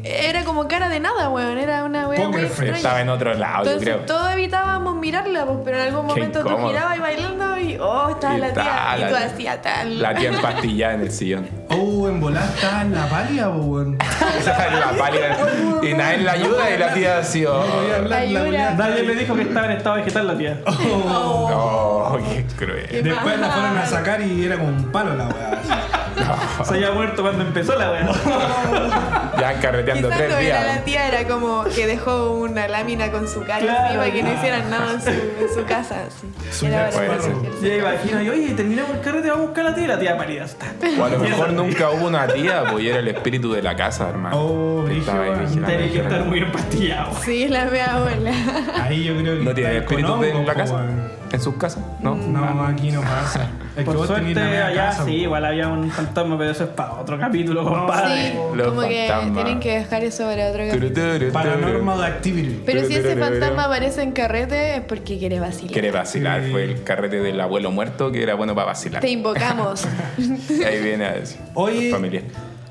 S2: Era como cara de nada, weón, era una weón muy
S5: Poker face.
S2: extraña.
S1: Estaba en otro lado, yo creo.
S2: Entonces todos evitábamos mirarla, pues, pero en algún
S1: Qué
S2: momento tú
S1: incómodo.
S2: mirabas y bailando y oh, estaba
S1: Y
S2: la tía
S1: está
S2: y tú hacías tal.
S1: La tía empastillada en el sillón.
S5: Oh, en volar está en la palia, po, weón.
S1: Esa es la pálida. Y nadie la ayuda y la tía así. Oh,
S5: No voy a hablar, la
S2: Ayura.
S5: weá.
S4: Nadie me dijo que estaba en estado vegetal la tía.
S5: Oh.
S1: no, qué cruel.
S5: Después la fueron a sacar y era como un palo la weá. así.
S4: Se había muerto cuando empezó la weón.
S1: Ya carreteando
S2: Quizás no
S1: tres
S2: era la
S1: días.
S2: tía, era como que dejó una lámina con su cara
S4: Claro.
S2: encima que no hicieran nada en su, en su casa. así.
S5: Su
S2: Era
S5: casa,
S2: para-
S1: puede
S4: Y ahí imagino, y oye, terminamos el carrete, vamos a buscar a la tía y la tía parida está.
S1: O a lo mejor nunca hubo una tía, pues y era el espíritu de la casa, hermano.
S5: Oh,
S1: Que
S5: brígido,
S1: estaba ahí
S5: weón.
S1: vigilando,
S4: Tiene que estar
S1: vigilando.
S4: muy empastillado.
S2: Sí, la mi abuela.
S5: Ahí yo creo que.
S1: ¿No tiene
S5: está el
S1: espíritu
S5: conongo,
S1: en la
S5: po,
S1: casa?
S5: weón.
S1: ¿En sus casas? No.
S5: No, aquí no pasa. Es que
S4: Por
S5: vos tenés
S4: suerte
S5: la media
S4: allá
S5: casa,
S4: sí,
S5: po.
S4: igual había un fantasma, pero eso es para otro capítulo,
S2: Sí,
S4: compadre.
S1: Los
S2: como que
S1: fantasmas.
S2: tienen que dejar eso para otro capítulo.
S1: Turu, turu,
S5: Paranormal
S1: turu.
S5: Activity.
S2: Pero si ese
S1: Tururururu.
S2: fantasma aparece en carrete es porque quiere vacilar.
S1: Quiere vacilar, fue el carrete del abuelo muerto que era bueno para vacilar.
S2: Te invocamos.
S1: Ahí viene a decir.
S5: Oye,
S1: Familia.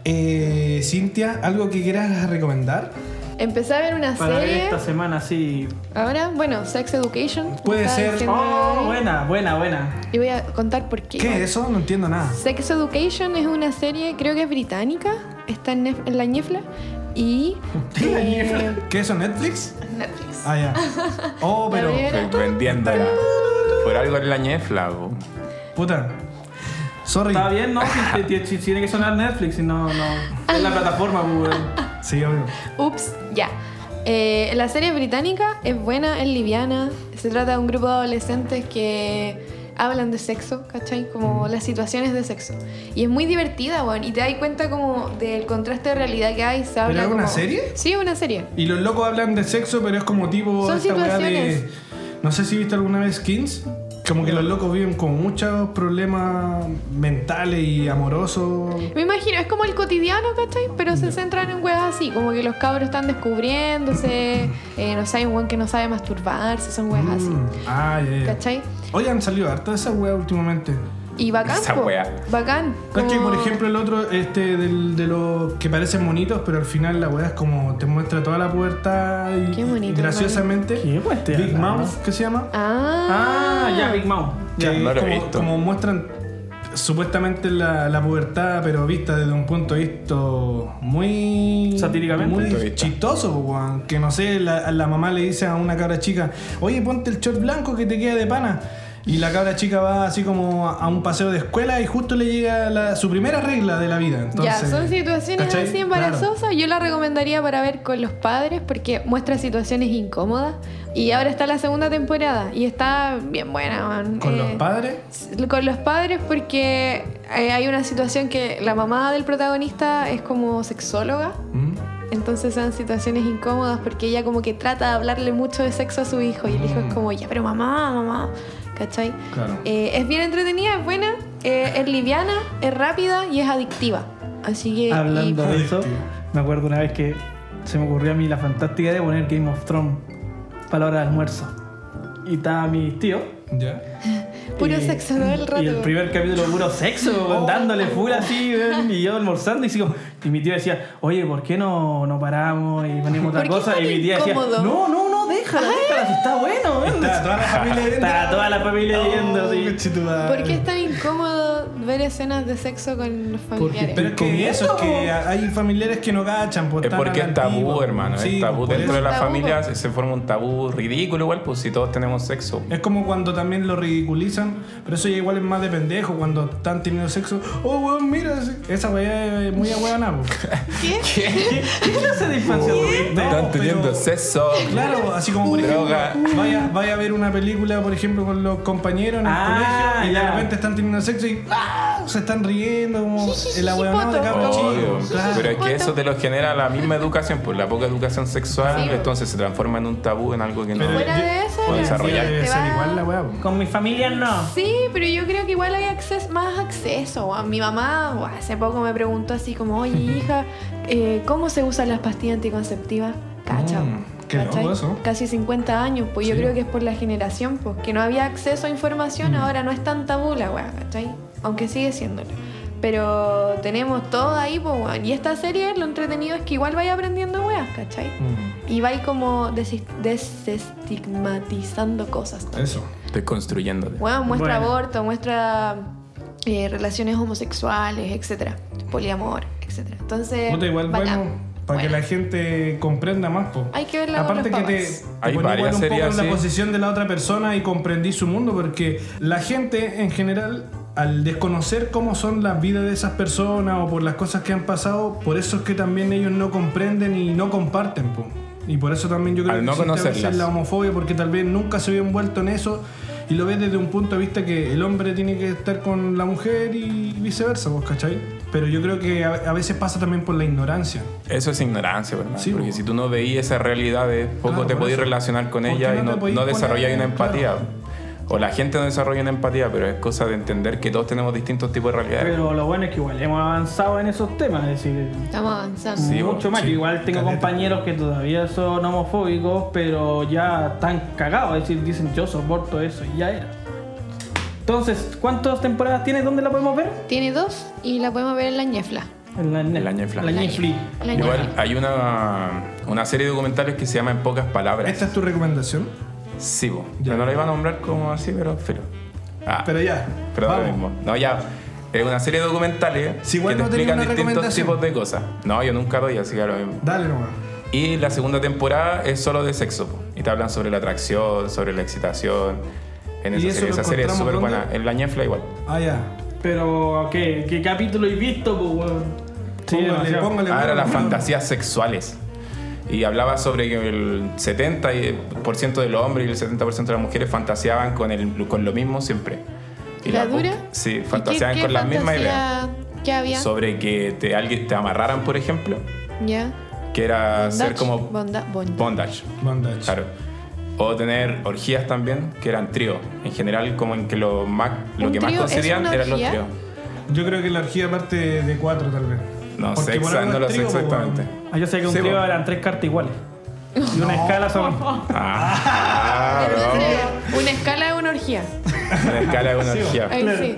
S5: eh, Cintia, ¿algo que quieras recomendar?
S2: Empecé a ver una
S4: Para ver
S2: serie.
S4: esta semana, sí.
S2: Ahora, bueno, Sex Education.
S5: Puede
S2: Estaba
S5: ser.
S2: diciendo
S4: Oh,
S2: ahí.
S4: buena, buena, buena.
S2: Y voy a contar por qué.
S5: ¿Qué es eso? No entiendo nada.
S2: Sex Education es una serie, creo que es británica, está en, Nef- en la ñefla y eh,
S5: ¿Qué es eso? ¿Netflix?
S2: Netflix.
S5: Ah, ya. Oh,
S2: La
S5: pero.
S2: primera-
S1: Estoy Vendiéndola. Por algo en la ñefla, po.
S5: Puta. Sorry.
S4: Está bien, ¿no? Si, si- si- si tiene que sonar Netflix, si no, no. Es la plataforma, pues, Google.
S5: Sí, obvio.
S2: Ups, ya. Eh, la serie británica es buena, es liviana. Se trata de un grupo de adolescentes que hablan de sexo, ¿cachai?
S5: Mm.
S2: Como las situaciones de sexo. Y es muy divertida, weón. Y te das cuenta como del contraste de realidad que hay. Se habla
S5: es una
S2: como-
S5: serie?
S2: Sí, una serie.
S5: Y los locos hablan de sexo, pero es como tipo.
S2: Son
S5: weá de.
S2: situaciones.
S5: No sé si viste alguna vez Skins. Como que los locos viven con muchos problemas mentales y amorosos.
S2: Me imagino, es como el cotidiano, ¿cachai? Pero se centran en weas así, como que los cabros están descubriéndose, eh, no sé, hay un weón que no sabe masturbarse, son weas así,
S5: Mm. Ah, ya, ya.
S2: ¿cachai?
S5: Oye, han salido harta de esa wea últimamente.
S2: Y bacán,
S1: Esa
S2: po,
S1: wea.
S2: bacán.
S5: Es que,
S2: como-
S5: por ejemplo, el otro, este, del- de los que parecen bonitos, pero al final la weá es como te muestra toda la puerta y,
S2: Qué bonito,
S5: y graciosamente.
S4: ¿Qué, pues, te
S5: Big
S4: habla,
S5: Mouth, ¿qué se llama?
S2: Ah,
S4: Ah, ya, Big Mouth.
S5: Que
S1: Ya, no lo he
S5: como,
S1: visto.
S5: como muestran supuestamente la, la pubertad, pero vista desde un punto de vista muy.
S4: Satíricamente.
S1: Punto de
S5: Muy
S1: vista.
S5: chistoso, po, weón. Que no sé, la, la mamá le dice a una cabra chica: Oye, ponte el short blanco que te queda de pana. Y la cabra chica va así como a a un paseo de escuela y justo le llega la- su primera regla de la vida. Entonces,
S2: ya, son situaciones
S5: ¿cachai?
S2: así
S5: Claro.
S2: embarazosas. Yo la recomendaría para ver con los padres porque muestra situaciones incómodas. Y ahora está la segunda temporada y está bien buena, man.
S5: Con los
S2: Eh,
S5: padres.
S2: con los padres porque eh, hay una situación que la mamá del protagonista es como sexóloga,
S5: ¿Mm?
S2: entonces son situaciones incómodas porque ella como que trata de hablarle mucho de sexo a su hijo y el hijo es como, ya, pero mamá, mamá, ¿cachai?
S5: Mm. Claro.
S2: Eh, es bien entretenida, es buena, eh, es liviana, es rápida y es adictiva. Así que... y-
S4: Hablando de eso,
S5: Adictivo.
S4: me acuerdo una vez que se me ocurrió a mí la fantástica idea de poner Game of Thrones para la hora de almuerzo. Y estaba mi tío
S5: Ya.
S2: Puro
S4: Y-
S2: sexo todo el rato. Oh.
S4: Y el primer capítulo puro sexo, weón, dándole full así, weón, y yo almorzando y sigo. Y mi tía decía, oye, ¿por qué no, no paramos y ponemos otra
S2: ¿Por qué
S4: cosa?
S2: tan
S4: Y mi tía decía,
S2: incómodo?
S4: no, no, no, déjala, déjala, si está bueno, weón".
S5: Está toda la familia viendo.
S4: Está toda la familia viendo,
S5: Oh,
S4: sí.
S5: conchetumare.
S2: ¿Por qué es tan incómodo ver escenas de sexo con los familiares?
S5: Pero es que eso, es que hay familiares que no cachan. Pues,
S1: Es
S5: están
S1: porque
S5: a la
S1: es tabú,
S5: antigua.
S1: hermano.
S5: Sí, pues,
S1: es tabú
S5: por
S1: dentro de
S5: eso.
S1: las
S2: Tabú.
S1: familias. Se forma un tabú ridículo igual, pues si todos tenemos sexo.
S5: Es como cuando también lo ridiculizan, pero eso ya igual es más de pendejo cuando están teniendo sexo. Oh, weón, mira, esa weá es muy ahueonada.
S2: ¿Qué?
S1: ¿Qué?
S4: ¿Qué clase de infancia tuviste?
S1: Están teniendo
S5: pero-
S1: sexo.
S5: Claro, así como por ejemplo,
S1: Droga.
S5: vaya, vaya a ver una película, por ejemplo, con los compañeros en el
S4: Ah,
S5: colegio y de
S4: ya.
S5: repente están teniendo sexo y ¡ah! se están riendo como el ahueonado de cabros
S1: Obvio.
S5: chicos. Claro.
S1: Oh, Pero es que eso te lo genera la misma educación, pues la poca educación sexual,
S2: Sí.
S1: entonces se transforma en un tabú, en algo que no.
S5: Pero-
S2: Fuera de eso,
S1: Puedo
S2: la-
S1: desarrollar.
S2: te
S5: Debe ser
S2: va-
S5: igual la weá. po.
S4: Con mi familia no.
S2: Sí, pero yo creo que igual hay acces- más acceso. A Mi mamá bueno, hace poco me preguntó así como, oye hija, eh, ¿cómo se usan las pastillas anticonceptivas? Cacha.
S1: Mm,
S5: qué
S2: ¿cachai?
S5: loco eso.
S2: Casi 50 años, pues yo creo que es por la generación, pues que no había acceso a información,
S5: Mm.
S2: ahora no es tan tabú la weá, ¿cachai? Aunque sigue siéndolo. Pero tenemos todo ahí, pues weón. Y esta serie, lo entretenido es que igual vais aprendiendo weas, ¿cachai?
S5: Mm.
S2: Y vais como desis- desestigmatizando cosas también.
S5: Eso.
S1: Estoy construyéndote.
S2: Bueno, muestra
S4: Bueno.
S2: aborto, muestra eh, relaciones homosexuales, etcétera, poliamor, etcétera. Entonces,
S5: Puta, igual
S2: bacán.
S5: bueno, para que
S2: Bueno.
S5: la gente comprenda más, po.
S2: Hay que verla con
S5: Aparte
S2: los
S5: que te,
S2: papás.
S5: te
S1: Hay
S5: ponía igual
S1: varias
S5: un poco
S1: series
S5: en la
S1: así.
S5: posición de la otra persona y comprendí su mundo, porque la gente en general, al desconocer cómo son las vidas de esas personas o por las cosas que han pasado, por eso es que también ellos no comprenden y no comparten, po. Y por eso también yo creo
S1: Al
S5: que
S1: no
S5: existe a veces
S1: conocerlas.
S5: la homofobia, porque tal vez nunca se vio envuelto en eso y lo ves desde un punto de vista que el hombre tiene que estar con la mujer y viceversa, ¿vos cachai? Pero yo creo que a, a veces pasa también por la ignorancia.
S1: Eso es ignorancia, hermano.
S5: Sí,
S1: porque
S5: po.
S1: si tú no veías esas realidades, poco
S5: Claro,
S1: te
S5: por
S1: podías
S5: eso.
S1: relacionar con
S5: Porque
S1: ella
S5: no
S1: y
S5: te
S1: no,
S5: podías
S1: no
S5: poner-
S1: desarrolláis una empatía.
S5: claro.
S1: O la gente no desarrolla una empatía, pero es cosa de entender que todos tenemos distintos tipos de realidades.
S4: Pero lo bueno es que igual hemos avanzado en esos temas, es decir,
S2: Estamos avanzando.
S1: Sí,
S4: mucho
S1: bueno,
S4: más.
S5: sí,
S4: Yo igual tengo
S5: caleta.
S4: compañeros que todavía son homofóbicos, pero ya están cagados. Es decir, dicen yo soporto eso y ya era. Entonces, ¿cuántas temporadas tienes? ¿Dónde la podemos ver?
S2: Tiene dos y la podemos ver en la ñefla.
S4: En la Netflix.
S1: la Netflix.
S4: La Netflix.
S2: La
S1: Igual
S2: ñefla.
S1: hay una, una serie de documentales que se llama En pocas palabras.
S5: ¿Esta es tu recomendación?
S1: Sí, po.
S5: Ya.
S1: Pero no la iba a nombrar como así, pero filo. Ah,
S5: Pero ya.
S1: pero da lo
S5: vamos.
S1: mismo. No, ya. Es una serie de documentales
S5: Si igual
S1: que te
S5: no tenía
S1: explican
S5: una
S1: distintos
S5: recomendación.
S1: tipos de cosas. No, yo nunca doy, así que ahora mismo.
S5: Dale nomás.
S1: Y la segunda temporada es solo de sexo. po. Y te hablan sobre la atracción, sobre la excitación. En esa
S5: ¿Y eso
S1: serie,
S5: lo
S1: esa serie es
S5: encontramos
S1: súper buena.
S5: dónde?
S1: En la ñefla igual.
S5: Ah, ya.
S4: Pero, ¿qué, ¿qué capítulo he visto, pues, weón? Sí,
S5: póngale,
S4: demasiado.
S5: póngale.
S1: Ahora
S5: bueno,
S1: Ah, las
S5: bueno.
S1: fantasías sexuales. Y hablaba sobre que el 70% de los hombres y el 70% de las mujeres fantaseaban con, el, con lo mismo siempre. Y
S2: ¿La
S1: las
S2: dura?
S1: bu- Sí,
S2: ¿Y
S1: fantaseaban
S2: qué-
S1: con
S2: qué
S1: las mismas ideas.
S2: fantasía que había?
S1: Sobre que te, alguien, te amarraran, por ejemplo,
S2: ¿Ya?
S1: que era ser
S2: Bondage,
S1: como
S2: bonda- bond-
S1: bondage.
S5: Bandage.
S1: Claro. O tener orgías también, que eran trío. En general, como en que lo, más, lo
S2: ¿Un
S1: que más
S2: trío es
S1: concedían
S2: una
S1: eran los
S2: orgía?
S1: tríos.
S5: Yo creo que la orgía parte de cuatro, tal vez.
S1: No
S5: Porque
S1: sé,
S5: por
S1: exa-
S5: algo
S1: no
S5: es
S1: lo sé
S5: trío, po, weón.
S1: exactamente.
S4: Ah, yo sé que un
S1: Sí,
S4: trío
S1: po.
S4: eran tres cartas iguales. Y una escala son.
S1: Ah,
S2: Entonces,
S1: no.
S2: una escala de una orgía.
S1: Una escala de una
S4: Sí,
S1: orgía.
S2: Ahí
S4: Claro.
S2: sí.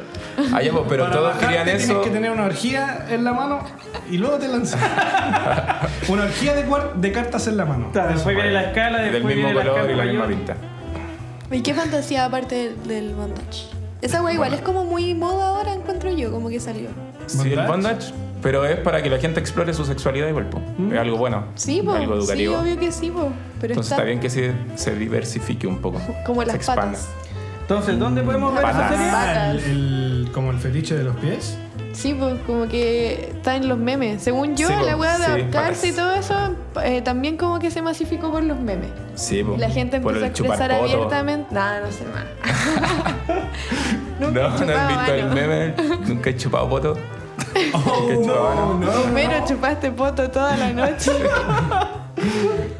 S1: Ah, ya, pues, pero
S5: Para
S1: todos
S5: bajarte
S1: querían eso.
S5: Tienes que tener una orgía en la mano y luego te lanzas. una orgía de, cuar- de cartas en la mano.
S4: Claro, después viene la escala,
S1: Del
S4: después
S1: mismo
S4: viene
S1: color y la
S4: escala
S1: misma
S4: mayor.
S1: pinta.
S2: ¿Y qué fantasía aparte del, del bondage? Esa wea igual es como muy moda ahora, encuentro yo, como que salió.
S1: Sí, el bondage. Pero es para que la gente explore su sexualidad igual, po. Es algo bueno.
S2: Sí, po.
S1: Algo
S2: Sí,
S1: educativo.
S2: obvio que sí, po. Pero
S1: Entonces está bien que se, se diversifique un poco.
S2: Como las
S1: se expanda.
S2: patas.
S4: Entonces, ¿dónde podemos ver esa
S1: Patas.
S4: serie?
S5: Ah,
S2: Patas.
S5: el, el- como el fetiche de los pies.
S2: Sí, pues como que está en los memes. Según yo,
S1: Sí, po,
S2: la weá de
S1: sí,
S2: ahorcarse y todo
S1: patas.
S2: eso eh, también como que se masificó por los memes.
S1: Sí, po.
S2: La gente
S1: Por
S2: empezó a
S1: el chupar
S2: expresar
S1: poto.
S2: abiertamente. Nah, no sé más.
S1: No, no
S2: Nunca he
S1: has
S2: chupado
S1: visto el
S2: ano.
S1: meme. Nunca he chupado poto.
S5: Oh,
S1: Qué chupabano.
S2: Pero chupaste poto toda la noche.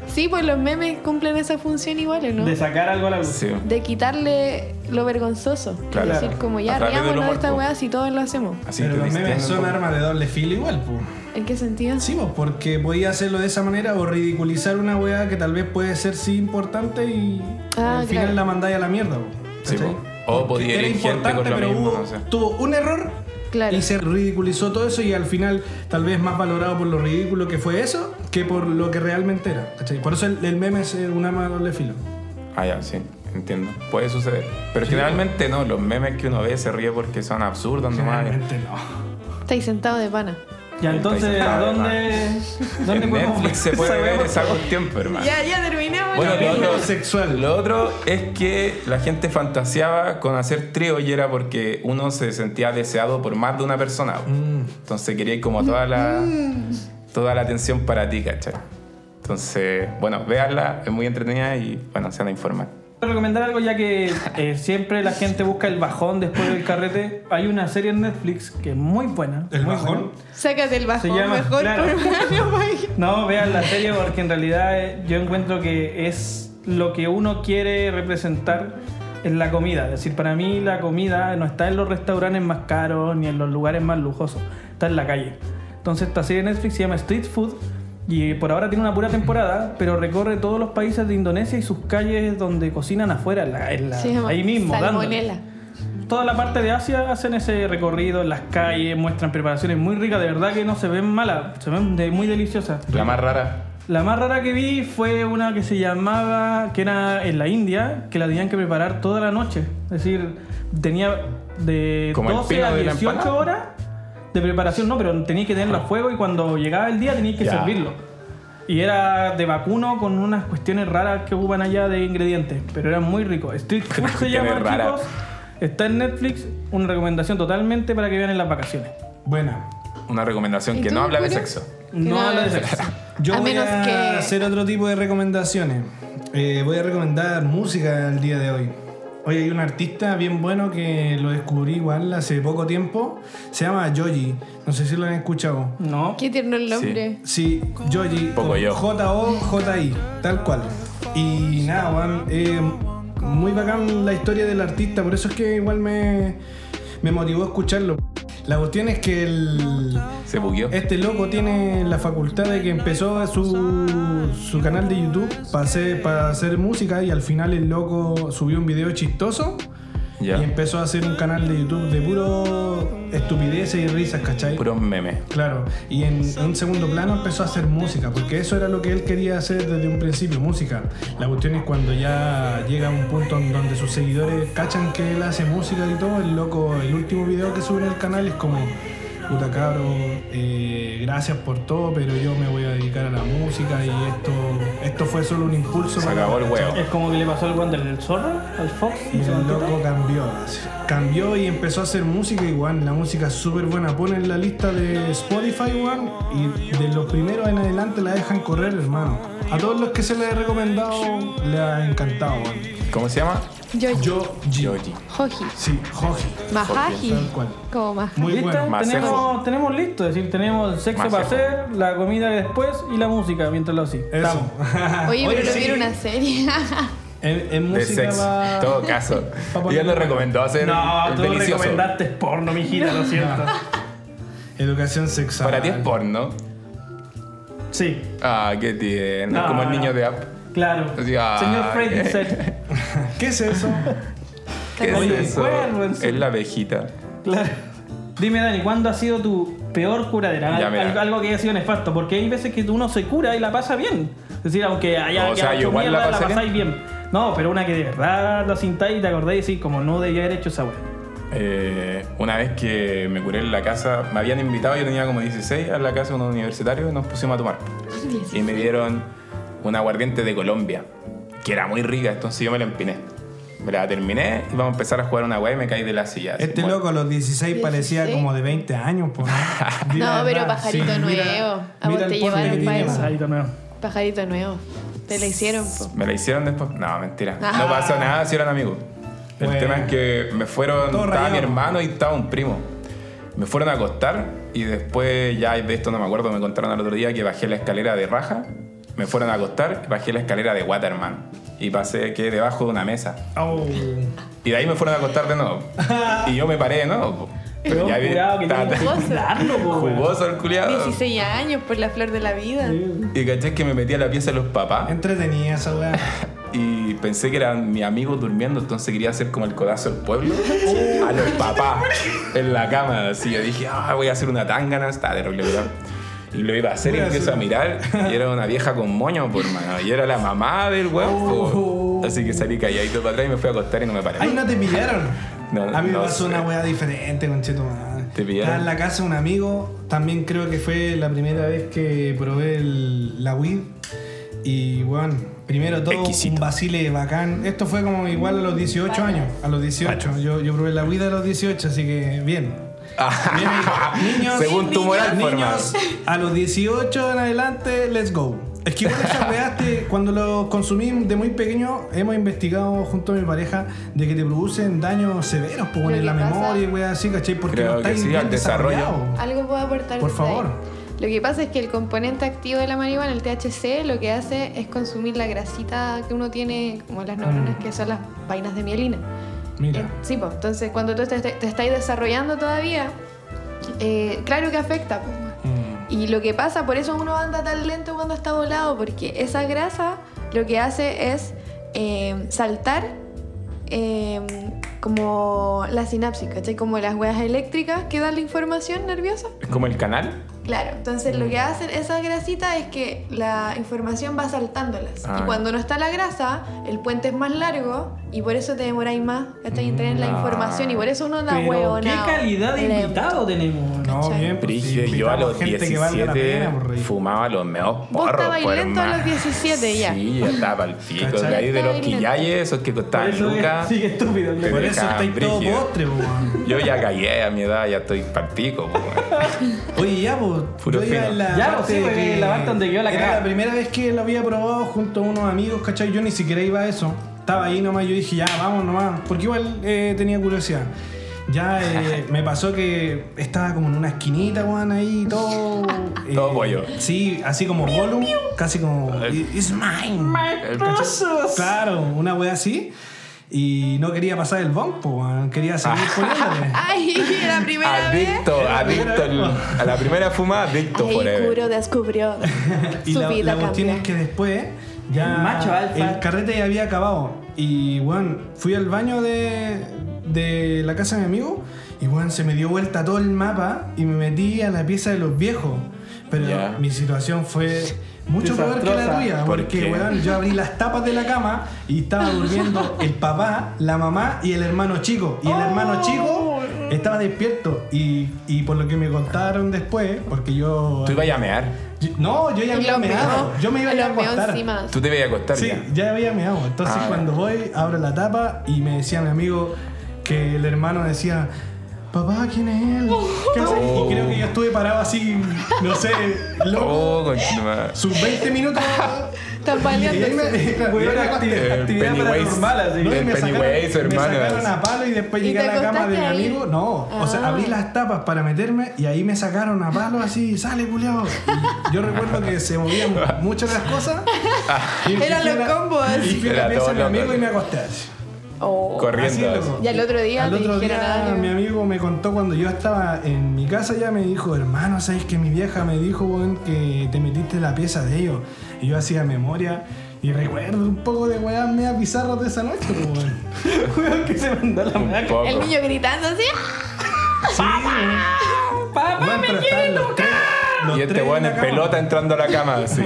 S2: sí, pues los memes cumplen esa función igual, ¿o no?
S4: De sacar algo a la luz.
S1: Sí.
S2: De quitarle lo vergonzoso.
S1: Claro.
S2: Es decir, como
S1: A
S2: ya
S1: través del
S2: riámonos de
S1: humor,
S2: esta
S1: po.
S2: weá si todos lo hacemos.
S1: Así
S5: Pero
S1: te
S5: los
S1: distraen
S5: memes
S1: un
S5: son
S1: poco.
S5: armas de doble filo igual, pues.
S2: ¿En qué sentido?
S5: Sí, pues, porque podía hacerlo de esa manera o ridiculizar una weá que tal vez puede ser sí importante y
S2: Ah,
S5: al final
S2: claro.
S5: la mandáis a la mierda. po,
S1: Sí,
S5: ¿cachai?
S1: po. O
S5: porque
S1: podía
S5: era
S1: ir gente
S5: importante,
S1: con lo
S5: pero
S1: mismo,
S5: hubo-
S1: no sé.
S5: tuvo un error
S2: Claro.
S5: y se ridiculizó todo eso y al final tal vez más valorado por lo ridículo que fue eso que por lo que realmente era. ¿cachai? Por eso el, el meme es eh, un arma de doble filo.
S1: Ah, ya, sí, entiendo. Puede suceder. Pero generalmente no, los memes que uno ve se ríe porque son absurdos nomás.
S5: Realmente no.
S2: Estáis sentado de pana.
S4: Ya, entonces,
S1: Está
S4: ¿a
S1: bien,
S4: dónde, dónde
S1: En
S4: podemos ver
S1: Netflix se puede
S4: esa
S1: ver
S4: wea?
S1: esa cuestión, pero hermano.
S2: Ya, ya terminamos.
S1: Bueno, lo
S2: ya.
S1: otro,
S5: sexual.
S1: lo otro es que la gente fantaseaba con hacer trío y era porque uno se sentía deseado por más de una persona. po. Entonces quería ir como toda la, toda la atención para ti, ¿cachai? Entonces, bueno, véanla, es muy entretenida y bueno, se van a informar.
S4: Quiero recomendar algo ya que eh, siempre la gente busca el bajón después del carrete. Hay una serie en Netflix que es muy buena.
S5: ¿El
S4: muy
S5: bajón?
S2: Sácate el bajón
S4: llama-
S2: mejor
S4: claro.
S2: por
S4: buena. No, vean la serie porque en realidad eh, yo encuentro que es lo que uno quiere representar en la comida. Es decir, para mí la comida no está en los restaurantes más caros ni en los lugares más lujosos, está en la calle. Entonces esta serie de Netflix se llama Street Food y eh, por ahora tiene una pura temporada, pero recorre todos los países de Indonesia y sus calles donde cocinan afuera, en la- en la-
S2: Se llama
S4: ahí mismo. dándole.
S2: Salmonella.
S4: Toda la parte de Asia hacen ese recorrido en las calles, muestran preparaciones muy ricas, de verdad que no se ven malas, se ven de- muy deliciosas.
S1: La más rara.
S4: La más rara que vi fue una que se llamaba, que era en la India, que la tenían que preparar toda la noche. Es decir, tenía de
S1: Como el
S4: 12
S1: pino
S4: a
S1: de la
S4: 18
S1: empanada. Ah.
S4: horas de preparación, no, pero tenías que tenerlo a fuego y cuando llegaba el día tenías que
S1: Ya.
S4: servirlo. Y era de vacuno con unas cuestiones raras que ocupan allá de ingredientes, pero era muy rico. Street Food se
S1: Cuestiones
S4: llama,
S1: raras.
S4: chicos. Está en Netflix, una recomendación totalmente para que vean en las vacaciones.
S5: Buena.
S1: Una recomendación
S2: ¿Y
S1: que
S2: tú,
S1: no habla de
S2: Julio?
S1: sexo.
S4: No
S2: Claro.
S4: habla de sexo.
S5: Yo
S2: A
S5: voy
S2: menos
S5: a
S2: que-
S5: hacer otro tipo de recomendaciones. Eh, voy a recomendar música el día de hoy. Hoy hay un artista bien bueno que lo descubrí igual hace poco tiempo. Se llama Joji. No sé si lo han escuchado.
S4: No.
S2: Qué tierno el nombre.
S5: Sí, Joji.
S1: Poco yo.
S5: J-O-J-I. Tal cual. Y nada, weón, eh, muy bacán la historia del artista. Por eso es que igual me, me motivó a escucharlo. La cuestión es que el,
S1: Se bugueó.
S5: este loco tiene la facultad de que empezó su, su canal de YouTube para hacer, para hacer música y al final el loco subió un video chistoso y
S1: Ya.
S5: empezó a hacer un canal de YouTube de puro estupideces y risas, ¿cachai?
S1: Puros memes.
S5: Claro, y en un segundo plano empezó a hacer música, porque eso era lo que él quería hacer desde un principio, música. La cuestión es cuando ya llega un punto en donde sus seguidores cachan que él hace música y todo, el loco, el último video que sube en el canal es como, puta cabro, eh, gracias por todo, pero yo me voy a dedicar a la música y esto, esto fue solo un impulso
S1: Se
S5: para-
S1: acabó el huevo.
S4: Es como que le pasó al Wander del zorro, al Fox.
S5: y
S4: ¿no se
S5: el
S4: contesta?
S5: loco cambió. así. Cambió y empezó a hacer música y weón, la música es súper buena. Ponen la lista de Spotify, weón, y de los primeros en adelante la dejan correr, hermano. A todos los que se les he recomendado, le ha encantado, weón.
S1: ¿Cómo se llama?
S2: Yoji.
S5: Yo, Gio.
S1: Yoji.
S2: Joji.
S5: Sí, Joji.
S2: Mahaji.
S5: Tal cual.
S2: Como Mahaji.
S5: Muy
S4: ¿Lista?
S5: bueno.
S1: Macejo.
S4: Tenemos, tenemos listo, es decir, tenemos el sexo para
S1: Macejo.
S4: hacer, la comida después y la música mientras lo así.
S5: Eso.
S2: Oye, pero
S5: sí,
S2: vieron una serie.
S5: En, en
S1: De
S5: música
S1: sexo. En
S5: va-
S1: todo caso.
S5: Pa' poner-
S1: Yo le recomendó hacer
S4: No,
S1: el
S4: tú
S1: delicioso.
S4: recomendaste porno, mijita, lo siento.
S5: Educación sexual.
S1: Para ti es porno.
S4: Sí,
S1: Ah, qué tierno.
S4: No,
S1: Como el
S4: no.
S1: niño de app.
S4: claro.
S1: Así, ah,
S4: Señor
S1: qué-
S4: Frankenstein.
S5: ¿Qué es eso?
S1: ¿Qué
S4: Oye,
S1: es eso?
S4: cuervo en sí.
S1: Es la abejita.
S4: Claro. Dime, Dani, ¿cuándo ha sido tu peor curadera? Al-
S1: Ya, mira.
S4: al- algo que haya sido nefasto, porque hay veces que uno se cura y la pasa bien. Es decir, aunque haya
S1: O sea,
S4: hecho
S1: yo igual la
S4: mierda,
S1: pasé
S4: pasáis bien. No, pero una que de verdad la sintáis y te acordáis y decís, como no debía haber hecho esa wea.
S1: Eh, una vez que me curé en la casa, me habían invitado, yo tenía como 16, a la casa de unos universitarios y nos pusimos a tomar. Y me dieron una aguardiente de Colombia, que era muy rica, entonces yo me la empiné. Me la terminé y vamos a empezar a jugar una weá y me caí de la silla. así,
S5: Este
S1: muerto.
S5: loco a los 16 parecía
S2: 16.
S5: como de 20 años, po. Di la
S2: No, pero
S5: verdad.
S2: pajarito
S5: mira-
S2: nuevo. A
S5: mira
S2: vos te
S5: el porte
S2: llevaron
S5: que
S2: pa'
S5: tiene,
S2: eso.
S5: man.
S4: Ahí también.
S2: Pajarito nuevo. Te la hicieron, po.
S1: Me la hicieron después. No, mentira.
S2: Ah.
S1: No pasó nada si eran amigos. El
S5: Bueno.
S1: tema es que me fueron.
S5: Todo
S1: estaba
S5: rayado.
S1: mi hermano y estaba un primo. Me fueron a acostar y después, ya de esto no me acuerdo, me contaron al otro día que bajé la escalera de raja. Me fueron a acostar, bajé la escalera de guata, hermano. Y pasé que debajo de una mesa.
S5: Au.
S1: Y de ahí me fueron a acostar de nuevo. y yo me paré de nuevo. po. Pero
S4: Peor
S1: ya vi-
S4: curado que
S1: estaba
S4: tiene que
S1: tan
S2: Jugoso.
S4: curarlo, po, wea.
S1: jugoso el
S4: Ah.
S1: culiado.
S2: 16 años por la flor de la vida.
S1: Y caché que me metí a la pieza de los papás.
S5: Entretenida esa weá.
S1: y pensé que eran mis amigos durmiendo, entonces quería hacer como el codazo del pueblo a los papás en la cama. Así yo dije, ah, voy a hacer una tangana, está terrible, ¿verdad? Y lo iba a hacer y
S5: Voy a
S1: empiezo a
S5: hacer-
S1: mirar y era una vieja con moño, por mano. Y era la mamá del
S5: Oh.
S1: huevo. Así que salí calladito para atrás y me fui a acostar y no me paré.
S5: Ay, no te pillaron.
S1: No,
S5: a mí
S1: no
S5: me
S1: sé.
S5: pasó una weá diferente, conchito madre.
S1: ¿Te pillaron?
S5: Estaba en la casa de un amigo. También creo que fue la primera vez que probé el- la weed. Y bueno, primero todo, un
S1: Exquisito.
S5: basile bacán. Esto fue como igual a los 18 años. A los 18. Yo, yo probé la weed a los 18, así que bien. Bien, niños,
S1: Según tu moral, por
S5: niños, a los 18 en adelante, let's go. Es que bueno, esas weas te- cuando lo consumí de muy pequeño, hemos investigado junto a mi pareja de que te producen daños severos pues,
S2: Lo
S5: en
S2: que
S5: la
S2: pasa-
S5: memoria y weas así, ¿cachai? Porque
S1: Creo
S5: no
S1: que
S5: estáis
S1: sí,
S5: bien
S1: al desarrollo.
S5: desarrollado.
S2: Algo puedo aportar.
S5: Por
S2: desde ahí.
S5: favor.
S2: Lo que pasa es que el componente activo de la marihuana, el THC, lo que hace es consumir la grasita que uno tiene, como las neuronas, que son las vainas de mielina. Eh,
S5: Mm. Mira.
S2: Sí, pues, entonces cuando tú te, te estás desarrollando todavía, eh, claro que afecta. pues.
S5: Mm.
S2: Y lo que pasa, por eso uno anda tan lento cuando está volado, porque esa grasa lo que hace es eh, saltar eh, como la sinapsis, ¿cachai? Como las huellas eléctricas que dan la información nerviosa.
S1: Es como el canal.
S2: Claro, entonces lo
S5: Mm.
S2: que hacen esas grasitas es que la información va saltándolas.
S1: Ah.
S2: Y cuando no está la grasa, el puente es más largo y por eso te demoráis más, ¿cachai? En tener la
S5: Mm.
S1: Ah.
S2: información y por eso uno da
S4: Pero qué
S2: hueonao.
S4: calidad de
S2: Lento.
S4: invitado tenemos.
S5: No,
S2: ¿Cachai?
S5: bien, pues,
S1: Brigio,
S5: sí,
S1: yo a los
S5: gente que valga la
S1: 17
S5: pena, pues, rey.
S1: fumaba los meos
S2: Vos
S1: porros.
S2: estabas
S1: por
S2: lento a los 17 ya.
S1: Sí, ya estaba al pico.
S5: ¿Cachai?
S1: De ahí de los
S2: Estabas
S1: quillayes, esos que
S4: Por
S1: costaban
S4: eso es-
S1: lucas.
S4: Sí, estúpido.
S1: Te
S5: Por
S4: ¿no?
S5: eso
S1: dejan
S5: estáis todo
S1: brígido.
S5: postre, po, weón.
S1: Yo ya callé a mi edad, ya estoy partico. po, weón.
S5: Oye, ya, pues.
S1: Puro
S5: yo iba
S1: fino.
S5: en la
S4: Ya,
S5: parte
S4: pues, sí,
S5: de
S4: porque
S5: que
S4: la parte donde quedó la
S5: Era
S4: cagada.
S5: la primera vez que lo había probado junto a unos amigos, ¿cachai? Yo ni siquiera iba a eso. Estaba ahí nomás, yo dije, ya, vamos nomás. Porque igual eh, tenía curiosidad. Ya eh, me pasó que estaba como en una esquinita, weón, ahí, todo. eh,
S1: Todo pollo.
S5: Sí, así como Gollum, casi como. It's mine.
S1: El
S5: Claro, una wea así. Y no quería pasar el bump, po, weón. Quería seguir poniéndole.
S2: Ay, la primera vez.
S1: Adicto, adicto al- a la primera fumada, adicto
S2: Ahí Kuro
S1: forever.
S2: descubrió
S5: Y
S2: su
S5: la,
S2: vida
S5: la cuestión
S2: cambió.
S5: es que después ya
S4: El macho alfa.
S5: el carrete ya había acabado. Y bueno, fui al baño de, de la casa de mi amigo y bueno, se me dio vuelta todo el mapa y me metí a la pieza de los viejos. Pero
S1: Ya.
S5: mi situación fue mucho peor que la
S4: Desastrosa.
S5: tuya,
S1: ¿Por
S5: porque
S1: qué?
S5: weón, yo abrí las tapas de la cama y estaba durmiendo el papá, la mamá y el hermano chico. Y el hermano chico estaba despierto. Y, y por lo que me contaron después, porque yo.
S1: Tú ibas a mear.
S5: Yo- No, yo ya
S2: Y
S5: había
S2: los
S5: meado.
S2: meó-
S5: Yo me iba a ir
S2: los
S5: a
S2: meó
S5: acostar.
S2: encima.
S1: Tú te ibas a acostar
S5: Sí,
S1: ya.
S5: ya había meado. Entonces
S1: Ah,
S5: cuando voy, abro la tapa y me decía mi amigo que el hermano decía, papá, ¿quién es él? ¿Qué hace?
S1: Oh.
S5: Y creo que yo estuve parado así, no sé, loco.
S1: Oh, conchetumare.
S5: Sus 20 minutos. Y ahí me-
S2: Tambaleándose.
S5: claro,
S4: Weón,
S5: yo me
S4: acti-
S5: acosté.
S1: El
S4: actividad
S1: Eh, Pennywise.
S4: paranormal, así.
S5: No, y
S1: El
S5: me sacaron,
S1: Pennywise,
S5: me
S1: hermano.
S5: sacaron a palo y después
S2: ¿Y
S5: llegué
S2: te
S5: a la cama de mi
S2: acostaste ahí?
S5: amigo. No, o sea,
S2: Ah.
S5: abrí las tapas para meterme y ahí me sacaron a palo así, sale culiao. Y Yo recuerdo que se movían muchas las cosas. Y fui
S2: Eran
S5: a la-
S2: los combos.
S5: Y fui a
S1: Era
S5: la pieza
S1: todo
S5: de mi amigo
S1: loco.
S5: y me acosté así.
S2: Oh.
S5: Así,
S1: Corriendo.
S5: loco.
S2: Y al otro día
S5: Al
S2: te
S5: otro
S2: dijeron
S5: día,
S2: algo.
S5: mi amigo me contó cuando yo estaba en mi casa ya me dijo, hermano, ¿sabes que mi vieja me dijo weón, que te metiste en la pieza de ellos? Y yo hacía memoria y recuerdo un poco de weas media bizarras de esa noche, weón.
S4: Weón, que se mandó la
S1: Un
S4: maraca.
S1: poco.
S2: El niño gritando así. "Ah,
S5: Sí, weón.
S4: Papá,
S5: Weón,
S4: me
S5: pero estaban los tres- los
S1: Y este
S5: tres
S1: weón
S5: la
S1: en
S5: cama.
S1: pelota entrando a la cama, así.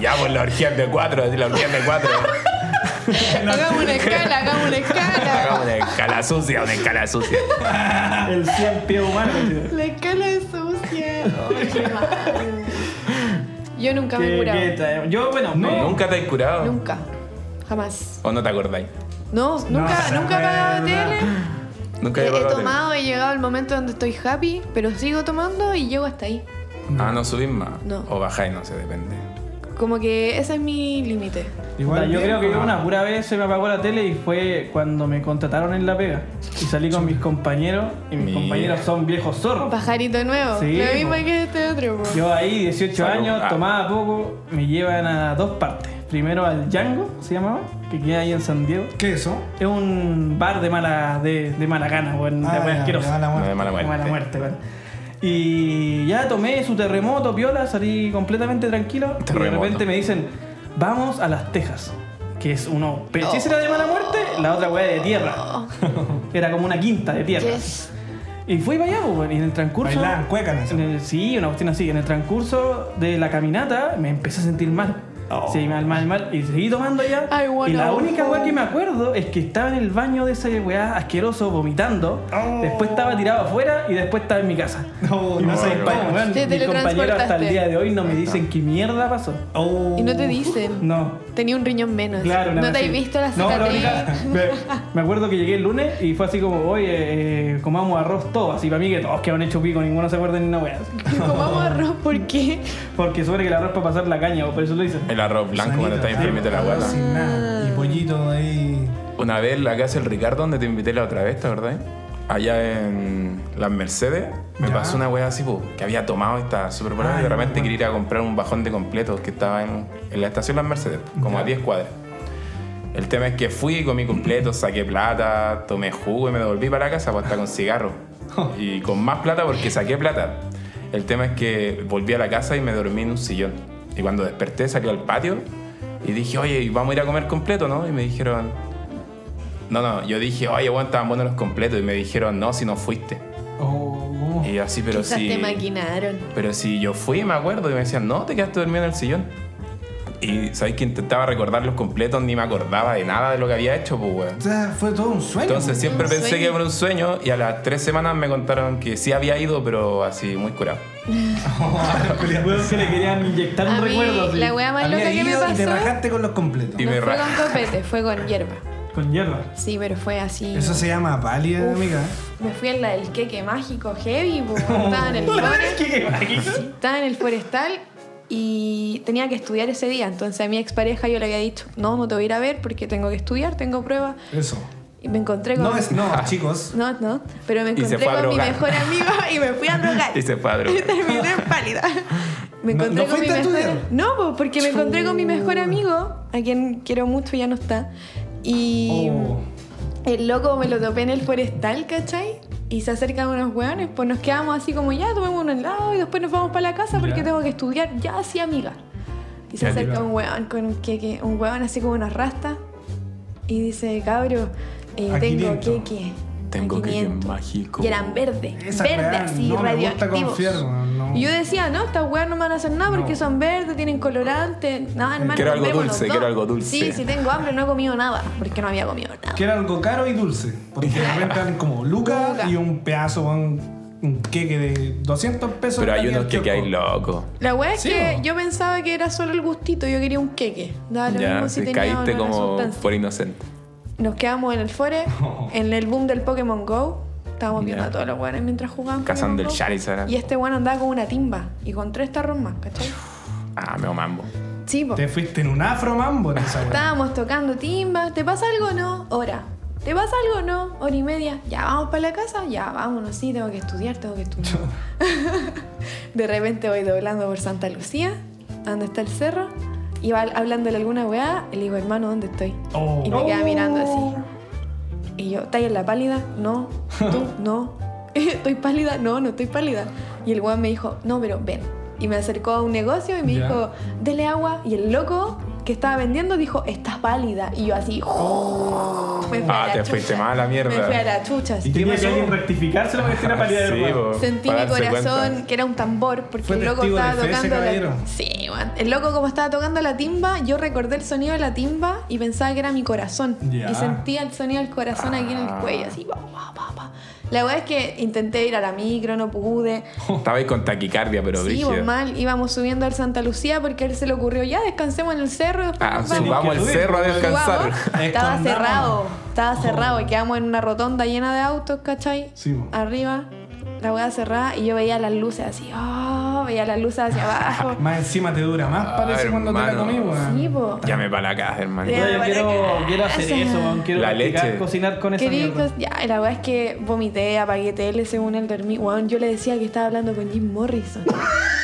S1: ya, pues la orgía es de cuatro, así, la orgía es de cuatro.
S2: Hagamos una escala, hagamos
S1: Hagamos
S2: una escala.
S1: una escala sucia, una escala sucia.
S4: El cien pie humano. tío.
S2: La escala es sucia. Ay, qué mal. Yo nunca me he
S4: Que-
S2: curado.
S4: que trae- Yo, bueno, me-
S1: ¿Nunca te has curado?
S2: Nunca. Jamás.
S1: ¿O no te acordáis?
S2: No, nunca,
S5: no,
S2: nunca he pagado
S5: verdad.
S2: tele.
S1: Nunca
S2: He,
S1: he
S2: he
S1: probado
S2: tomado, he llegado al momento donde estoy happy, pero sigo tomando y llego hasta ahí.
S1: tele. Ah, no subís más.
S2: No.
S1: O bajáis, no sé, depende.
S2: Como que ese es mi límite.
S4: Puta, yo
S5: bien,
S4: creo que yo
S5: weón.
S4: una pura vez se me apagó la tele y fue cuando me contrataron en La Pega. Y salí con mis compañeros y mis
S1: Mira.
S4: compañeros son viejos zorros.
S2: Pajarito nuevo.
S4: Sí,
S2: lo mismo
S4: po.
S2: que este otro. po.
S4: Yo ahí, 18
S1: Salud.
S4: años,
S1: Ah.
S4: tomaba poco, me llevan a dos partes. Primero al Django, se llamaba, que queda ahí en San Diego.
S5: ¿Qué es eso?
S4: Es un bar de mala, de, de mala gana, weón, de
S5: Ah,
S4: weón
S5: ya,
S4: asqueroso.
S5: ya, la
S1: No
S5: muerte.
S1: de mala
S4: De
S1: muerte.
S4: mala muerte, weón. Y ya tomé su terremoto, piola, salí completamente tranquilo. Y de
S1: Terremoto.
S4: repente me dicen, vamos a las Tejas. que es uno. Pero si esa era de mala muerte, la otra weá de tierra.
S2: Oh,
S4: Era como una quinta de tierra.
S2: yes.
S4: Y fui para allá, pues, weón, y en el transcurso.
S5: Bailaban cueca en esa.
S4: en el- sí, una cuestión así. En el transcurso de la caminata me empecé a sentir mal.
S1: Oh.
S4: Sí, mal, mal, mal. Y seguí tomando ya.
S2: Ay,
S4: y
S2: bueno.
S4: la única weá que me acuerdo es que estaba en el baño de esa weá asqueroso vomitando.
S5: Oh.
S4: Después estaba tirado afuera y después estaba en mi casa.
S5: No,
S4: Y
S5: no
S4: no
S5: sé
S4: sé,
S1: no,
S4: pa-
S1: no.
S4: weón,
S2: Te
S4: mis compañeros hasta el
S2: teletransportaste.
S4: día de hoy no me dicen qué mierda pasó.
S5: Oh.
S2: Y no te dicen.
S4: No,
S2: Tenía un riñón menos.
S4: Claro, una
S2: no
S4: vez
S2: te
S4: sí.
S2: has visto la
S4: No,
S2: cicatriz.
S4: la única- me, me acuerdo que llegué el lunes y fue así como, oye, eh, comamos arroz todos. Así para mí que todos que han hecho pico, ninguno se acuerda ni una wea.
S2: Comamos arroz, ¿por qué?
S4: Porque supone que el arroz para pasar la caña, o por eso lo dicen.
S1: El arroz blanco cuando
S5: Sanito,
S1: estás enfermito de la
S5: arroz
S1: abuela.
S5: Sin nada. Y pollito ahí.
S1: Una vez la casa del Ricardo, donde te invité la otra vez, ¿te acordás? Allá en las Mercedes, me
S5: Ya.
S1: pasó una wea así, po, que había tomado esta super buena
S5: Ay,
S1: y de repente
S5: bueno.
S1: quería ir a comprar un bajón de completos que estaba en, en la estación Las Mercedes, po, como a 10 cuadras. El tema es que fui, comí completos, saqué plata, tomé jugo y me devolví para la casa pues, hasta con cigarro. Y con más plata porque saqué plata. El tema es que volví a la casa y me dormí en un sillón. Y cuando desperté salí al patio y dije, oye, ¿y vamos a ir a comer completo, ¿no? Y me dijeron, no, no, yo dije, oye, bueno, estaban buenos los completos. Y me dijeron, no, si no fuiste.
S5: Oh.
S1: Y yo así, pero
S2: Quizás
S1: si.
S2: te maquinaron.
S1: Pero si yo fui, me acuerdo, y me decían, no, te quedaste dormido en el sillón. Y sabéis que intentaba recordar los completos, ni me acordaba de nada de lo que había hecho, pues, weón.
S5: O sea, fue todo un sueño. pues,
S1: Entonces siempre
S2: pues, Un
S1: pensé
S2: sueño.
S1: que era un sueño y a las tres semanas me contaron que sí había ido, pero así, muy curado.
S4: Weón, que le querían inyectar un
S2: A mí,
S4: recuerdo así,
S2: la wea más
S5: Había
S2: loca que me
S5: ido Y te
S2: pasó.
S5: bajaste con los completos.
S1: Y
S2: No
S1: me
S2: fue
S1: ra-
S2: con copete, fue con hierba.
S4: con hierba.
S2: Sí, pero fue así.
S5: Eso se llama pálida,
S2: Uf.
S5: amiga.
S2: Me fui en la del queque mágico heavy, po. estaba en el forest, estaba en el forestal y tenía que estudiar ese día. Entonces a mi expareja yo le había dicho, no, no te voy a ir a ver porque tengo que estudiar, tengo pruebas.
S5: Eso.
S2: Y me encontré con...
S5: No es, no, chicos.
S2: no, no, pero me
S1: Y se
S2: encontré
S1: fue a
S2: con mi
S1: drogar.
S2: mejor amigo y me fui a drogar.
S1: Y se fue a drogar.
S2: terminé pálida. Me
S5: No-
S2: encontré
S5: no
S2: con mi
S5: fuiste a
S2: mejor
S5: estudiar.
S2: No, po, porque me encontré con mi mejor amigo, a quien quiero mucho, ya no está. Y
S5: Oh.
S2: el loco me lo topé en el forestal, ¿cachai? Y se acercan unos hueones, pues nos quedamos así como ya, tomemos un helado y después nos vamos para la casa porque
S5: Ya.
S2: tengo que estudiar ya así, amiga. Y se
S1: Ya,
S2: acerca
S1: claro.
S2: un hueón con un queque, un hueón así como una rasta y dice, cabro, eh,
S5: A
S2: tengo
S5: 500.
S2: queque. a
S1: Tengo queque
S2: 500".
S1: mágico.
S2: Y eran verdes,
S5: Esa
S2: verdes
S5: weá
S2: así,
S5: no me gusta
S2: radioactivos.
S5: confiar, no.
S2: Y yo decía, no, estas weas no me van a hacer nada porque
S5: No.
S2: son verdes, tienen colorante. No, hermano,
S1: Quiero algo
S2: comprémonos
S1: dulce,
S2: dos".
S1: quiero algo dulce.
S2: Sí, si tengo hambre no he comido nada porque no había comido nada.
S5: Que era algo caro y dulce. Porque de repente eran como lucas
S2: Lucas.
S5: y un pedazo, un, un queque de 200 pesos.
S1: Pero hay
S5: en la
S1: unos que
S5: kiosco.
S1: quedáis locos.
S2: La wea es
S5: Sí,
S2: que
S5: po.
S2: yo pensaba que era solo el gustito, yo quería un queque. Daba lo
S1: Ya,
S2: mismo si
S1: te
S2: tenía o
S1: caíste
S2: no la
S1: como
S2: sustancia.
S1: por inocente.
S2: Nos quedamos en el fore, en el boom del Pokémon Go. Estábamos viendo
S1: Ya.
S2: a todos los weones mientras jugaban.
S1: Cazando el
S2: Pokémon Go.
S1: Charizard.
S2: Y este weón andaba con una timba y con tres tarros más, ¿cachai?
S1: Ah, me mambo.
S2: Sí, po.
S5: Te fuiste en un afro mambo en esa weá.
S2: Estábamos tocando timba. ¿Te pasa algo o no? Hora. ¿Te pasa algo o no? Hora y media. ¿Ya vamos para la casa? Ya, vámonos. Sí, tengo que estudiar, tengo que estudiar. de repente voy doblando por Santa Lucía, donde está el cerro. Y va hablándole alguna weá. Y le digo, hermano, ¿dónde estoy?
S5: Oh.
S2: Y me queda mirando así. Y yo, ¿estás en la pálida? No. ¿Tú? No. ¿Estoy pálida? No, no estoy pálida. Y el weón me dijo, no, pero ven. Y me acercó a un negocio y me
S5: Ya.
S2: dijo, dele agua. Y el loco que estaba vendiendo dijo, estás pálida. Y yo así, me fui a
S1: Ah,
S2: la
S1: te
S2: chucha.
S1: fuiste mal a la mierda.
S2: Me fui a la chucha.
S5: ¿Y qué
S4: Tenía
S5: pasó?
S4: que alguien rectificárselo porque tiene palidad de
S1: Sí,
S4: vergüenza.
S1: po,
S2: Sentí
S1: para
S2: mi
S1: darse
S2: corazón
S1: cuenta.
S2: que era un tambor porque
S5: Fue
S2: el loco
S5: testigo de
S2: estaba
S5: fe ese
S2: tocando
S5: caballero.
S2: la Sí, weón. el loco como estaba tocando la timba, yo recordé el sonido de la timba y pensaba que era mi corazón
S5: Ya.
S2: y sentía el sonido del corazón aquí en el
S1: Ah.
S2: cuello así. pa, pa, pa, pa. La verdad es que intenté ir a la micro, no pude.
S1: Estabais con taquicardia, pero
S2: sí,
S1: brígido.
S2: pues, mal, íbamos subiendo al Santa Lucía porque a él se le ocurrió, ya descansemos en el cerro y después
S1: Ah,
S2: nos vamos".
S1: subamos al
S5: Subir.
S1: cerro a descansar.
S2: Subamos, Estaba
S5: Escondamos.
S2: cerrado, estaba cerrado y quedamos en una rotonda llena de autos, ¿cachai?
S5: Sí, po.
S2: Arriba, la hueá cerrada y yo veía las luces así, oh, veía las luces hacia abajo.
S5: Más encima te dura más,
S1: Ah,
S5: parece cuando te la
S1: hermano.
S5: comí, weón.
S2: Sí, pues, po.
S1: Llame para la casa, hermano.
S2: Ya.
S4: Oye,
S2: Vale,
S4: quiero,
S2: gracias.
S4: quiero hacer eso, weón. quiero
S1: La
S4: practicar
S1: leche.
S4: cocinar con esa
S2: Quería
S4: mierda.
S2: cos- ya, la verdad es que vomité, apagué tele según el dormí. Weón, yo le decía que estaba hablando con Jim Morrison.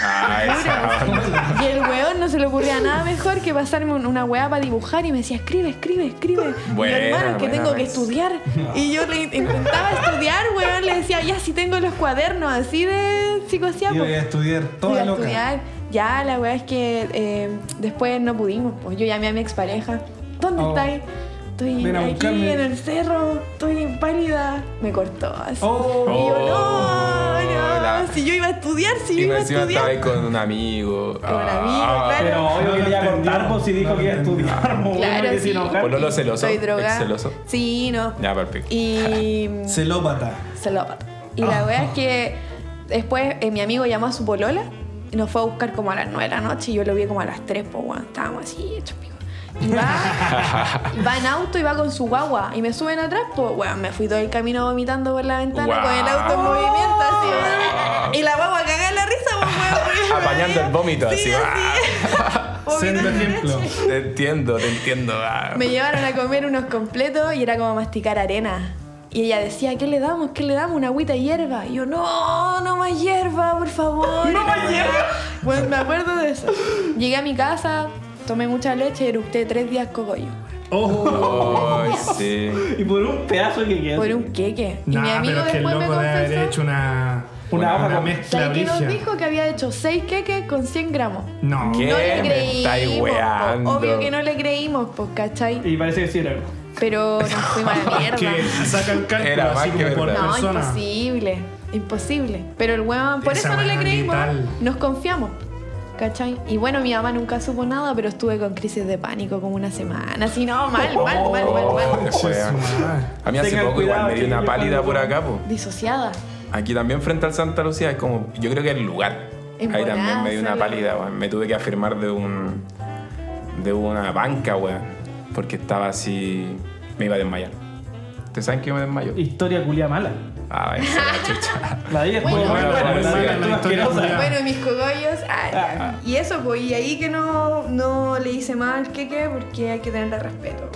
S1: Ah, esa onda.
S2: Y el weón no se le ocurría nada mejor que pasarme un- una weá para dibujar y me decía, escribe, escribe, escribe. Y yo,
S1: Buena,
S2: hermano, es que
S1: buena
S2: tengo que
S1: vez.
S2: estudiar. Y yo le intentaba estudiar, weón, le decía, ya si tengo los cuadernos así de
S5: Y
S2: psicociapo.
S5: voy a estudiar
S2: Fui
S5: toda
S2: pues. a
S5: loca.
S2: estudiar. Ya, la weá es que eh, después no pudimos, pues yo llamé a mi expareja. ¿Dónde
S5: Oh.
S2: estáis? Estoy
S5: Ven a
S2: aquí
S5: buscarme.
S2: en el cerro, estoy pálida. Me cortó así.
S5: Oh.
S2: y yo,
S1: Oh,
S2: no, no,
S1: la-
S2: si yo iba a estudiar, si yo
S1: Y
S2: iba a
S1: encima estaba ahí
S2: estudiar.
S1: con un amigo. Ah,
S2: un amigo, claro.
S4: Pero obvio
S5: No lo
S4: quería
S5: entendió,
S4: cortar, pues si
S5: no
S4: dijo
S5: lo
S4: que iba a
S5: entendió.
S4: estudiar, pues, bueno,
S2: Claro,
S4: que
S2: sí.
S4: sin enojar.
S1: Pololo celoso,
S2: Soy drogada.
S1: ex celoso.
S2: Sí, no.
S1: Ya, perfecto.
S2: Y...
S5: Celópata.
S2: se lo- Y la wea es que después eh, mi amigo llamó a su polola y nos fue a buscar como a las 9 de la noche y yo lo vi como a las 3, pues weón, estábamos así, hechos pico. Y va, va en auto y va con su guagua y me suben atrás, pues weón, me fui todo el camino vomitando por la ventana
S1: Guau.
S2: con el auto en movimiento así, weón. Y la guagua cagada en la risa, pues weón. porque me
S1: Apañando
S2: veía-
S1: el vómito,
S2: sí,
S1: así,
S2: vomitando
S5: Sendo
S2: leche.
S5: ejemplo.
S1: Te entiendo, te entiendo. ah.
S2: Me llevaron a comer unos completos y era como masticar arena. Y ella decía, ¿qué le damos? ¿Qué le damos? Una agüita de hierba. Y yo, no, no más hierba, por favor. no más hierba. Bueno, me acuerdo de eso. Llegué a mi casa, tomé mucha leche y eructé tres días cogollo.
S1: Oh, sí.
S4: Y por un pedazo que quedó.
S2: Por un queque. Y mi
S5: Nah,
S2: amigo
S5: pero es que el
S2: después me
S5: loco debe haber
S2: confesó.
S5: hecho una,
S4: Una hoja
S5: una
S4: con-
S5: mezcla
S2: ¿sabes qué nos
S5: brígida.
S2: dijo? Que había hecho seis queques con 100 gramos.
S5: No.
S1: ¿Qué?
S2: No le
S1: me estáis
S2: creímos. po.
S1: weando?
S2: Obvio que no le creímos, pues, ¿cachai?
S4: Y parece que sí era.
S2: Pero nos fuimos a la mierda.
S5: Que saca el cálculo
S1: Era más
S5: así
S1: que
S5: como por
S1: verdad.
S2: No, pues
S5: persona.
S2: imposible. Imposible. Pero el weón, por
S5: Esa
S2: eso no le
S5: weá
S2: creímos.
S5: letal.
S2: Nos confiamos. ¿Cachai? Y bueno, mi mamá nunca supo nada, pero estuve con crisis de pánico como una semana. Así, no, mal, mal, mal, mal, mal.
S1: Oh, weón. A mí hace
S4: Pues, Tengan
S1: poco igual
S4: cuidado,
S1: me dio una
S4: chiquillos,
S1: pálida
S4: cuando-
S1: por acá, po.
S2: Disociada.
S1: Aquí también frente al Santa Lucía es como, yo creo que el lugar.
S2: En
S1: Ahí también me dio una
S2: Bonanza,
S1: pálida, weón. Me tuve que afirmar de un de una banca, weón. Porque estaba así. Me iba a desmayar. ¿Ustedes saben que yo me desmayo?
S4: Historia culia mala.
S1: Ah, esa es la chucha.
S4: La de ella estuvo
S2: Bueno,
S4: muy
S1: bueno,
S4: buena,
S1: bueno,
S4: la de ella
S1: sí,
S4: estuvo
S5: la historia
S4: asquerosa.
S5: culia.
S2: Bueno, y mis cogollos. ah, ya. y eso, pues, y ahí que no, no le hice mal que qué, porque hay que tenerle respeto.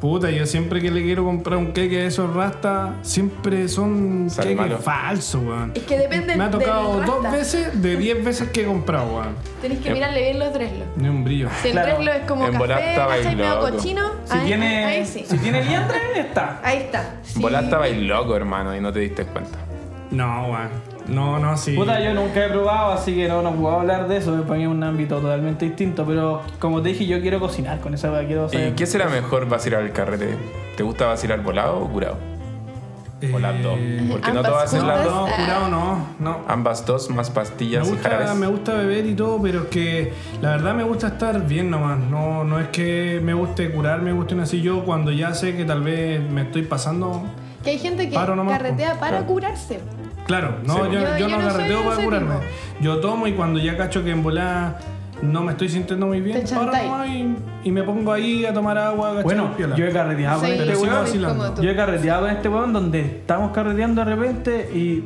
S5: Puta, yo siempre que le quiero comprar un queque a esos rasta, siempre son
S1: Sale malo.
S5: queques falsos, weón.
S2: Es que depende
S5: Me ha
S2: del
S5: tocado
S2: rasta.
S5: dos veces de diez veces que he comprado, weón.
S2: Tenés que mirarle bien los dreslos.
S5: Ni un brillo.
S2: Si el
S4: Claro.
S2: dreslo es como
S1: En volá
S2: café,
S1: estaba ahí
S2: ¿cachai? Medio
S1: loco.
S2: cochino.
S4: Si
S2: ahí,
S4: tiene,
S2: ahí sí.
S4: si tiene liendre, está.
S2: Ahí está. Sí.
S1: Volás estaba ahí loco, hermano, y no te diste cuenta.
S5: No, weón. No, no, sí.
S4: Puta, yo nunca he probado, así que no, no puedo hablar de eso. Para mí es un ámbito totalmente distinto. Pero como te dije, yo quiero cocinar con esa weá.
S5: Eh,
S4: Quiero
S1: ¿Y
S4: saber.
S1: qué será mejor vacilar el carrete? ¿Te gusta vacilar volado o curado?
S5: Eh,
S1: O las dos. Ah, Porque no
S2: ambas
S1: todas hacen las
S2: juntas.
S1: dos.
S5: No, curado no, no.
S1: Ambas dos, más
S5: Me
S1: pastillas y
S5: gusta,
S1: jarabes.
S5: me gusta beber y todo, pero es que la verdad me gusta estar bien nomás. No, no es que me guste curar, me guste así. Yo cuando ya sé que tal vez me estoy pasando.
S2: Que hay gente que
S5: Paro nomás,
S2: carretea para
S1: claro.
S2: curarse.
S5: Claro, no,
S1: Sí.
S5: yo,
S2: Yo-
S5: yo
S2: yo
S5: no
S2: no soy
S5: carreteo
S2: de
S5: para
S2: ese
S5: curarme.
S2: tipo.
S5: Yo tomo y cuando ya cacho que en volada no me estoy sintiendo muy bien,
S2: Te
S5: paro
S2: chantai.
S5: nomás y, y me pongo ahí a tomar agua, cachai,
S4: Bueno,
S5: piola.
S4: yo he carreteado con
S2: Sí,
S4: este
S5: sigo
S4: weón.
S2: soy
S5: vacilando.
S2: como tú.
S4: Yo he carreteado con este weón donde estamos carreteando de repente y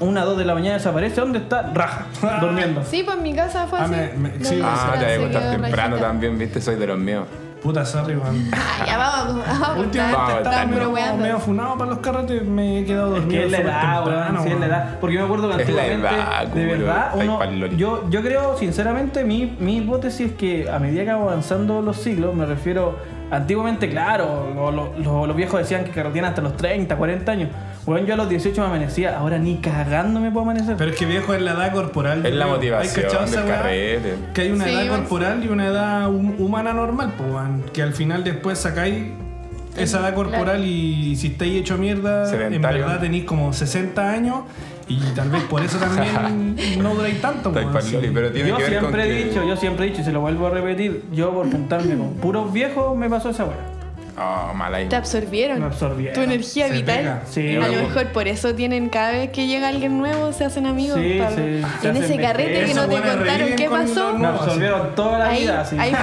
S4: una, dos de la mañana desaparece. ¿Dónde está? Raja, durmiendo.
S2: Sí, pues en mi casa fue
S5: Ah,
S2: así.
S5: me- me-
S2: No,
S5: sí.
S2: no,
S1: Ah,
S2: no,
S1: te voy a
S2: se
S1: contar
S2: quedó
S1: temprano
S2: rayita.
S1: también, viste, soy de los míos.
S5: Puta, sorry, weón.
S2: Ah, ya vamos, vamos a
S1: Últimamente estaba
S2: contar. Están
S1: Estamos
S5: Estaba medio-
S2: bromeando.
S5: medio funado para los carretes, me he quedado
S4: Es
S5: dormido.
S4: que es la
S5: súper
S4: edad,
S5: temprano,
S4: weón, sí, es la
S5: weón.
S4: edad. Porque yo me acuerdo que
S1: Es la
S4: antiguamente,
S1: edad,
S4: de
S1: culo,
S4: verdad,
S1: estáis
S4: uno-
S1: pa'l loli.
S4: yo, yo creo, sinceramente, mi, mi hipótesis es que a medida que van avanzando los siglos, me refiero, antiguamente, claro, lo- lo- lo- los viejos decían que carretean hasta los 30, 40 años. Bueno, yo a los 18 me amanecía, ahora ni cagando me puedo amanecer.
S5: Pero es que viejo es la edad corporal.
S1: Es la
S5: creo.
S1: motivación
S5: ¿Hay cachado
S1: del
S5: esa weá?
S1: carrete.
S5: Que hay una
S2: Sí,
S5: edad
S2: igual.
S5: corporal y una edad hum- humana normal, po, weón. Que al final después sacáis esa edad corporal y si estáis hecho mierda,
S1: Sedentario.
S5: en verdad tenéis como 60 años y tal vez por eso también no duráis tanto,
S1: Estáis
S5: weón.
S1: pa'l loli, pero tiene
S4: yo
S1: que ver con
S4: siempre he
S1: que-
S4: dicho, yo siempre he dicho, y se lo vuelvo a repetir, yo por juntarme con puros viejos me pasó esa weá.
S1: Oh, mal ahí.
S2: Te absorbieron.
S4: Me absorbieron.
S2: Tu energía
S5: Se
S2: vital.
S5: pega.
S4: Sí,
S2: a
S1: bueno.
S2: lo mejor por eso tienen cada vez que llega alguien nuevo se hacen amigos.
S4: Sí,
S2: Pablo.
S4: sí,
S2: Y
S4: se
S2: en
S4: hacen
S2: ese carrete que
S4: vejez.
S2: no te
S5: Esos buenos
S2: contaron
S5: reviven
S2: qué
S5: con
S2: pasó.
S5: los
S4: Me
S5: No, así-
S4: absorbieron toda la
S2: Ahí,
S4: vida, así.
S2: ahí fue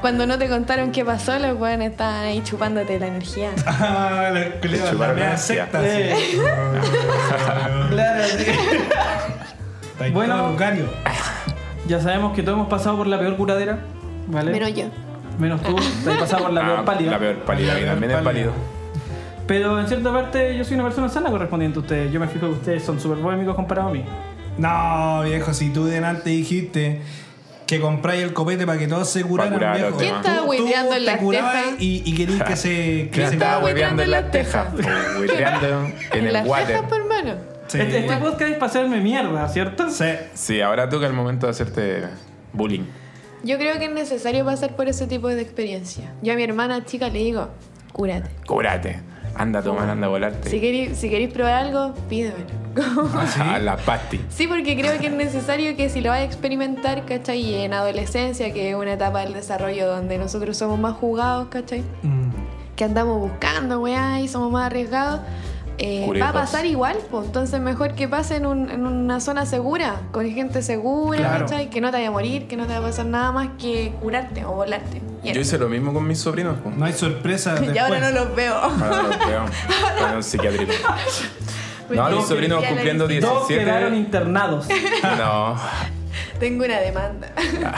S2: cuando no te contaron qué pasó, los weones estaban ahí chupándote la energía.
S5: Ah, la- que le
S1: Te
S5: la
S1: chuparon
S5: media
S1: la
S5: secta,
S4: Sí.
S5: así.
S4: Claro, sí.
S5: Estáis
S4: Bueno.
S5: todo Lucario.
S4: Ya sabemos que todos hemos pasado por la peor curadera, ¿vale?
S2: Menos yo.
S4: Menos tú, te has pasado por la
S1: Ah,
S4: peor pálida.
S1: La peor pálida,
S5: La
S1: y
S5: peor
S1: también es
S5: pálida.
S1: pálido.
S4: Pero en cierta parte yo soy una persona sana correspondiente a ustedes. Yo me fijo que ustedes son súper polémicos comparado a mí.
S5: No, viejo, si tú delante dijiste que compráis el copete para que todos se curaran,
S1: curar a los
S5: viejo.
S1: demás. ¿Quién
S5: Tú-
S2: estaba
S5: tú
S2: hueveando
S5: te
S2: en las
S5: curabas
S2: tejas?
S5: Y, y querías que se...
S1: Que
S5: Que se
S1: estaba
S2: estaba
S1: hueveando en las tejas.
S2: hueveando en las
S1: o Hueveando en el
S2: las
S1: water.
S2: cejas, por hermano.
S5: Sí.
S4: Este, este
S1: este-
S4: podcast es para hacerme mierda, ¿cierto?
S5: Sí.
S1: Sí, ahora toca el momento de hacerte bullying.
S2: Yo creo que es necesario pasar por ese tipo de experiencia. Yo a mi hermana chica le digo, cúrate.
S1: Cúbrate. Anda a tomar, anda a volarte.
S2: Si queréis si queréis probar algo, pídemelo.
S5: Ah,
S1: A la pasti.
S2: Sí, porque creo que es necesario que si lo vas a experimentar, ¿cachai? Y en adolescencia, que es una etapa del desarrollo donde nosotros somos más jugados, ¿cachai?
S5: Mm.
S2: Que andamos buscando, weá, y somos más arriesgados. eh, va a
S1: Curiosos.
S2: pasar igual, pues entonces mejor que pase en, un- en una zona segura, con gente segura,
S5: Claro.
S2: ¿cachai? Que no te vaya a morir, que no te vaya a pasar nada más que curarte o volarte. Y
S1: Yo hice lo mismo con mis sobrinos. po.
S5: No hay sorpresa.
S2: y
S5: después.
S2: ahora no los veo.
S1: Ahora los veo. Con un psiquiátrico. No, mis sobrinos cumpliendo
S4: Dos
S1: 17.
S4: quedaron internados.
S1: No.
S2: Tengo una demanda.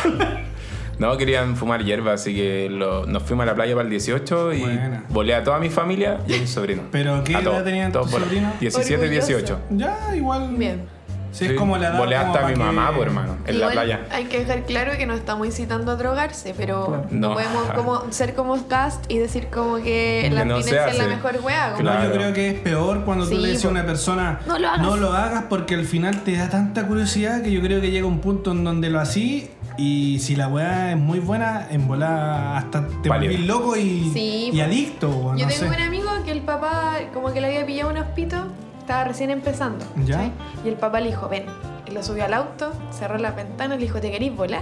S1: No, querían fumar hierba, así que lo- nos fuimos a la playa para el 18 y
S5: Buena.
S1: volé a toda mi familia y a mi sobrino.
S5: ¿Pero qué
S1: A
S5: edad
S1: todos,
S5: tenían
S1: todos
S5: tus
S1: volados.
S5: sobrinos?
S1: 17 y 18.
S5: Ya, igual.
S2: Bien.
S5: Si
S1: Sí,
S5: es como la edad.
S1: Volé
S5: como
S1: hasta a
S5: pa'
S1: mi
S5: que-
S1: mamá, por hermano, en la
S2: Igual
S1: playa.
S2: Hay que dejar claro que no estamos incitando a drogarse, pero
S1: No.
S2: podemos como ser como cast y decir como que
S1: Que
S2: la
S1: no se
S2: abstinencia es la
S1: hace.
S2: mejor wea. como-
S5: No,
S1: Claro.
S5: yo creo que es peor cuando tú
S2: Sí,
S5: le dices a
S2: po.
S5: una persona
S2: No lo hagas".
S5: hagas", porque al final te da tanta curiosidad que yo creo que llega un punto en donde lo así y si la weá es muy buena, en volá hasta te
S1: Válido.
S5: volvís loco y,
S2: Sí,
S5: y
S2: po.
S5: adicto, weón,
S2: Yo
S5: no
S2: tengo
S5: sé.
S2: un amigo que el papá como que le había pillado unos pitos, estaba recién empezando.
S5: Ya.
S2: ¿cachai? Y el papá le dijo, ven, y lo subió al auto, cerró las ventanas, le dijo, ¿te querís volar?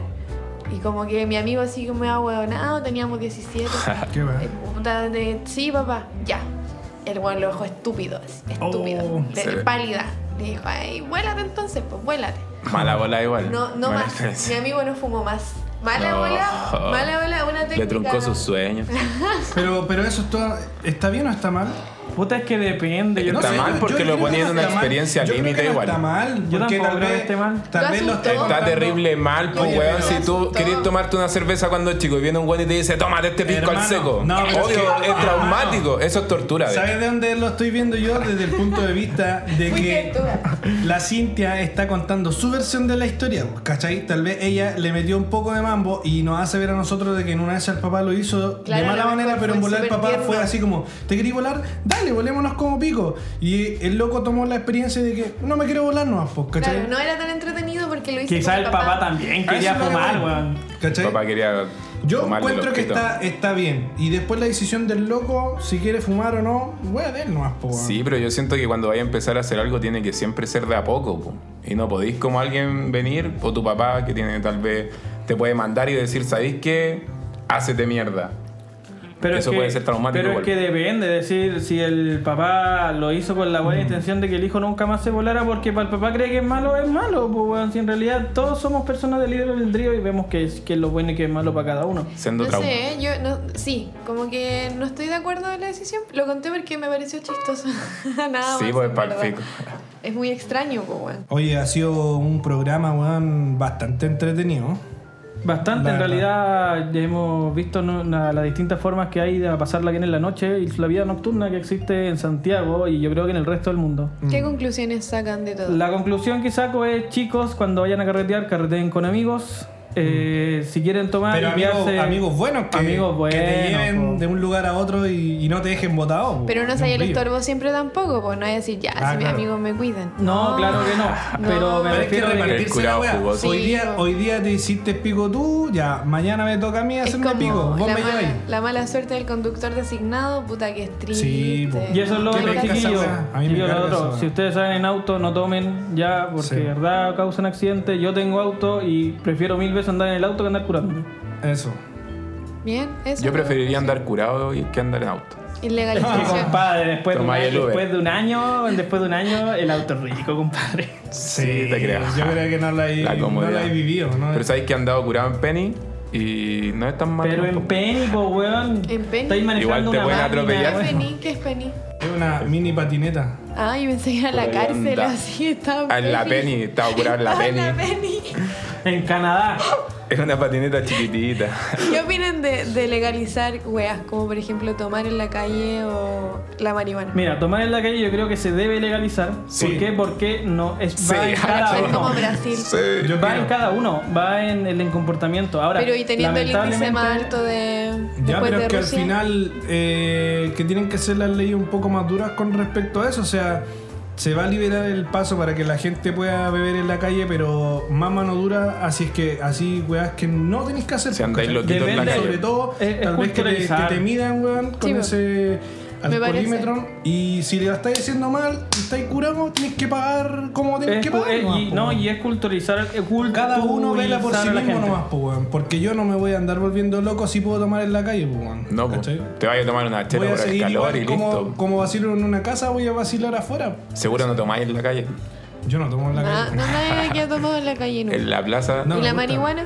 S2: Y como que mi amigo así como ahueonado, teníamos 17.
S5: Qué weá.
S2: Eh, puta de- sí, papá, ya. El weón lo dejó estúpido, así, estúpido,
S5: Oh,
S2: de-
S1: sí.
S2: pálida. Le dijo, ay, vuélate entonces, pues vuélate.
S1: Mala bola igual.
S2: No, no
S1: Mala
S2: más. Mi
S1: experiencia.
S2: amigo no fumó más. Mala
S1: No.
S2: bola, mala bola, una técnica.
S1: Le truncó sus sueños.
S5: Pero, pero eso está, ¿está bien o está mal?
S4: Puta, es que depende. Yo
S1: Está
S4: no sé.
S1: mal porque lo
S5: creo que
S1: ponían
S5: no
S1: en una
S5: está mal.
S1: experiencia
S5: Yo creo
S1: límite
S5: que no
S1: igual.
S5: Está mal,
S4: Yo
S5: porque
S4: tampoco
S5: tal
S4: creo que
S5: vez
S4: esté mal.
S5: Tal
S2: Lo
S5: vez
S2: asustó.
S5: lo esté
S1: Está
S5: contando-
S1: terrible mal, pues,
S2: Oye,
S1: weón.
S2: pero-
S1: Si tú
S2: Asustó.
S1: querés tomarte una cerveza cuando chico y viene un weón y te dice, tómate este pisco
S5: Hermano,
S1: al seco.
S5: no,
S1: Obvio,
S5: pero es
S1: es,
S5: que- Ah.
S1: traumático. Eso es tortura. de
S5: ¿Sabes de dónde lo estoy viendo yo? Desde el punto de vista de
S2: Muy
S5: que
S2: pelotuda.
S5: la Cintia está contando su versión de la historia, pues, ¿cachai? Tal vez ella le metió un poco de mambo y nos hace ver a nosotros de que en una vez el papá lo hizo
S2: Claro,
S5: de
S2: a
S5: mala
S2: lo
S5: manera,
S2: mejor
S5: pero en
S2: fue
S5: volar el
S2: súper
S5: papá
S2: tierno.
S5: fue así como, ¿te querés volar? Dale, volémonos como pico. Y el loco tomó la experiencia de que no me quiero volar nomás, pues, ¿cachai?
S2: Claro, no era tan entretenido porque lo hizo
S4: Quizá
S2: con
S4: el papá también
S5: A
S4: quería
S5: Ah, eso me
S4: fumar,
S5: voy.
S4: weón.
S5: ¿Cachai?
S1: Papá quería
S5: Yo
S1: tomarle los
S5: encuentro que
S1: pitos.
S5: está, está bien. Y después la decisión del loco, si quiere fumar o no, voy a ver nomás, pues. weón.
S1: Sí, pero yo siento que cuando vaya a empezar a hacer algo tiene que siempre ser de a poco. po. Y no podéis como alguien venir o tu papá que tiene tal vez te puede mandar y decir, ¿sabéis qué? Hácete mierda.
S4: Pero
S1: Eso
S4: es que-
S1: puede ser traumático
S4: Pero
S1: igual.
S4: es que depende, es decir, si el papá lo hizo con la buena intención de que el hijo nunca más se volara porque para el papá cree que es malo, es malo. Pues, weón, si en realidad todos somos personas de libre albedrío y vemos que es, que es lo bueno y que es malo para cada uno.
S1: Siendo
S2: No
S1: trauma.
S2: sé, yo no, sí, como que no estoy de acuerdo en la decisión. Lo conté porque me pareció chistoso. Nada
S1: Sí,
S2: más,
S1: pues
S2: en
S1: pa'l
S2: verdad.
S1: pico.
S2: Es muy extraño, pues, weón.
S5: Oye, ha sido un programa, weón, bastante entretenido.
S4: Bastante,
S5: La
S4: en
S5: verdad.
S4: realidad ya hemos visto ¿no? la- las distintas formas que hay de pasarla bien en la noche y la vida nocturna que existe en Santiago y yo creo que en el resto del mundo.
S2: ¿Qué conclusiones sacan de todo?
S4: La conclusión que saco es, chicos, cuando vayan a carretear, carreteen con amigos. Eh, Si quieren tomar,
S5: Mm. Pero
S4: y
S5: amigos,
S4: quedarse-
S5: amigos buenos que,
S4: amigos
S5: que te
S4: buenos,
S5: lleven
S4: po.
S5: de un lugar a otro y, y no te dejen botado. po,
S2: Pero no
S5: en
S2: se haya
S5: un
S2: el
S5: río.
S2: estorbo siempre tampoco, pues no es decir, ya,
S5: Ah,
S2: si mis
S5: claro.
S2: amigos me cuidan.
S4: No, claro que no. Pero
S2: No.
S4: me
S5: Pero es que
S4: refiero a que-
S1: repartir-
S5: repartirse la
S1: curado
S5: weá.
S1: jugoso.
S5: Hoy
S2: Sí,
S5: día,
S2: po.
S5: hoy día te hiciste pico tú, ya, mañana me toca a mí
S2: Es
S5: hacerme
S2: como
S5: pico. Vos
S2: la,
S5: me lleváis.
S2: mala, la mala suerte del conductor designado, puta que es triste.
S5: Sí, po.
S4: Y eso es lo
S5: Qué
S4: otro,
S5: penca esa
S4: chiquillos.
S5: weá. A mí me
S4: Chiquillos, lo
S5: carga esa
S4: otro.
S5: weá.
S4: Si ustedes saben en auto, no tomen ya, porque
S5: Sí.
S4: de verdad causan accidentes. Yo tengo auto y prefiero mil veces andar en el auto que andar curando.
S5: Eso.
S2: Bien, eso.
S1: Yo preferiría andar curado y- que andar en auto.
S5: Ah.
S4: Que
S2: Ilegalización.
S4: compadre, después de, un
S1: Tomáis el
S4: año,
S1: Uber.
S4: después de un año, después de un año, el auto es rico, compadre.
S1: Sí, te creo.
S5: Yo creo que no la he,
S1: La
S5: no
S1: comodidad.
S5: la he vivido. ¿no?
S1: Pero sabéis que he andado curado en Penny y no es tan malo.
S4: Pero en
S1: tampoco.
S4: pénico, weón.
S2: En Penny.
S4: Estáis manejando
S1: Igual te
S4: una
S1: pueden
S4: máquina,
S2: ¿Qué
S1: atropellar.
S2: es
S4: weón.
S2: Pení? ¿Qué es Pení?
S5: Es una mini patineta.
S2: Ah, yo pensé que era la
S1: Pero
S2: cárcel,
S1: anda.
S2: así estaba.
S1: Ah, en la Penny, estaba curado en la
S2: Estaba en
S1: Penny.
S2: la Penny.
S4: En Canadá.
S1: Era una patineta chiquitita.
S2: ¿Qué opinan de, de legalizar weas, como por ejemplo tomar en la calle o la marihuana?
S4: Mira, tomar en la calle yo creo que se debe legalizar.
S1: Sí.
S4: ¿Por qué? Porque no es
S1: Sí,
S4: va en cada
S1: gacho.
S2: es como
S4: uno.
S2: Brasil.
S1: Sí.
S5: Yo
S4: Va
S5: creo.
S4: en cada uno, va en el en comportamiento. Ahora,
S2: Pero y teniendo el índice
S4: lamentablemente,
S2: más alto de.
S5: Ya,
S2: después
S5: pero
S2: de
S5: es que al
S2: Rusia.
S5: final eh, que tienen que ser las leyes un poco más duras con respecto a eso. O sea, se va a liberar el paso para que la gente pueda beber en la calle, pero más mano dura, así es que así, weas que no tenéis que hacer.
S1: Si andáis
S5: ¿cachai?
S1: loquitos
S4: en la
S5: Depende,
S4: calle.
S5: Sobre todo,
S4: Es- es
S5: tal vez que te,
S4: culturalizar.
S5: que te midan, weón, con
S2: Sí,
S5: ese
S2: Me parece.
S5: alcoholímetro. Y si lo estáis haciendo mal, y estáis curado, tenéis que pagar como tenéis
S4: Es
S5: que
S4: cu-
S5: pagar.
S4: es-
S5: nomás,
S4: y,
S5: po,
S4: no,
S5: weón.
S4: y es culturalizar. es
S5: pues, Cada uno vela por sí
S4: culturizar a la
S5: mismo
S4: gente.
S5: nomás, po, weón. Porque yo no me voy a andar volviendo loco si puedo tomar en la calle, po, weón.
S1: No, po.
S5: ¿Cachai?
S1: te vayas a tomar una
S5: Voy
S1: chela
S5: a
S1: por el
S5: seguir
S1: calor
S5: igual
S1: y
S5: como,
S1: listo.
S5: como vacilo en una casa, voy a vacilar afuera.
S1: Seguro no tomáis en la calle.
S5: Yo no tomo en la
S2: Na-
S5: calle.
S2: Ah, no nadie aquí ha tomado en la calle nunca.
S1: En la plaza.
S5: No,
S2: ¿Y la
S5: me gusta.
S2: marihuana?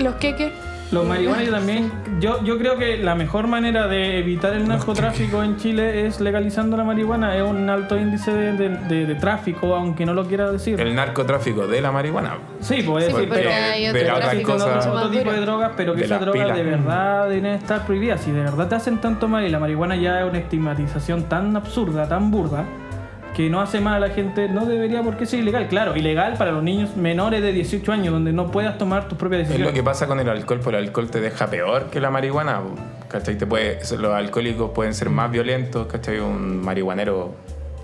S2: ¿Los queques?
S4: Los marihuanos yo también. Yo, yo creo que la mejor manera de evitar el narcotráfico en Chile es legalizando la marihuana. Es un alto índice de, de- de- de tráfico, aunque no lo quiera decir.
S1: El narcotráfico de la marihuana.
S4: Sí, pues, puede
S2: Sí,
S4: decir,
S2: porque
S4: pero.
S2: hay otro
S1: de la otra
S2: tráfico
S1: cosa-
S2: mucho
S4: otro
S2: más
S4: tipo de
S2: duro.
S4: drogas, pero que
S1: De
S4: esas
S1: las
S4: drogas de
S1: pilas.
S4: verdad deben estar prohibidas. Si de verdad te hacen tanto mal y la marihuana ya es una estigmatización tan absurda, tan burda, que no hace mal a la gente, no debería porque es ilegal. Claro, ilegal para los niños menores de 18 años, donde no puedas tomar tus propias
S1: Es lo
S4: decisiones.
S1: que pasa con el alcohol, pero el alcohol te deja peor que la marihuana. po. ¿Cachai? Te puede, los alcohólicos pueden ser más violentos, ¿cachai? Un marihuanero.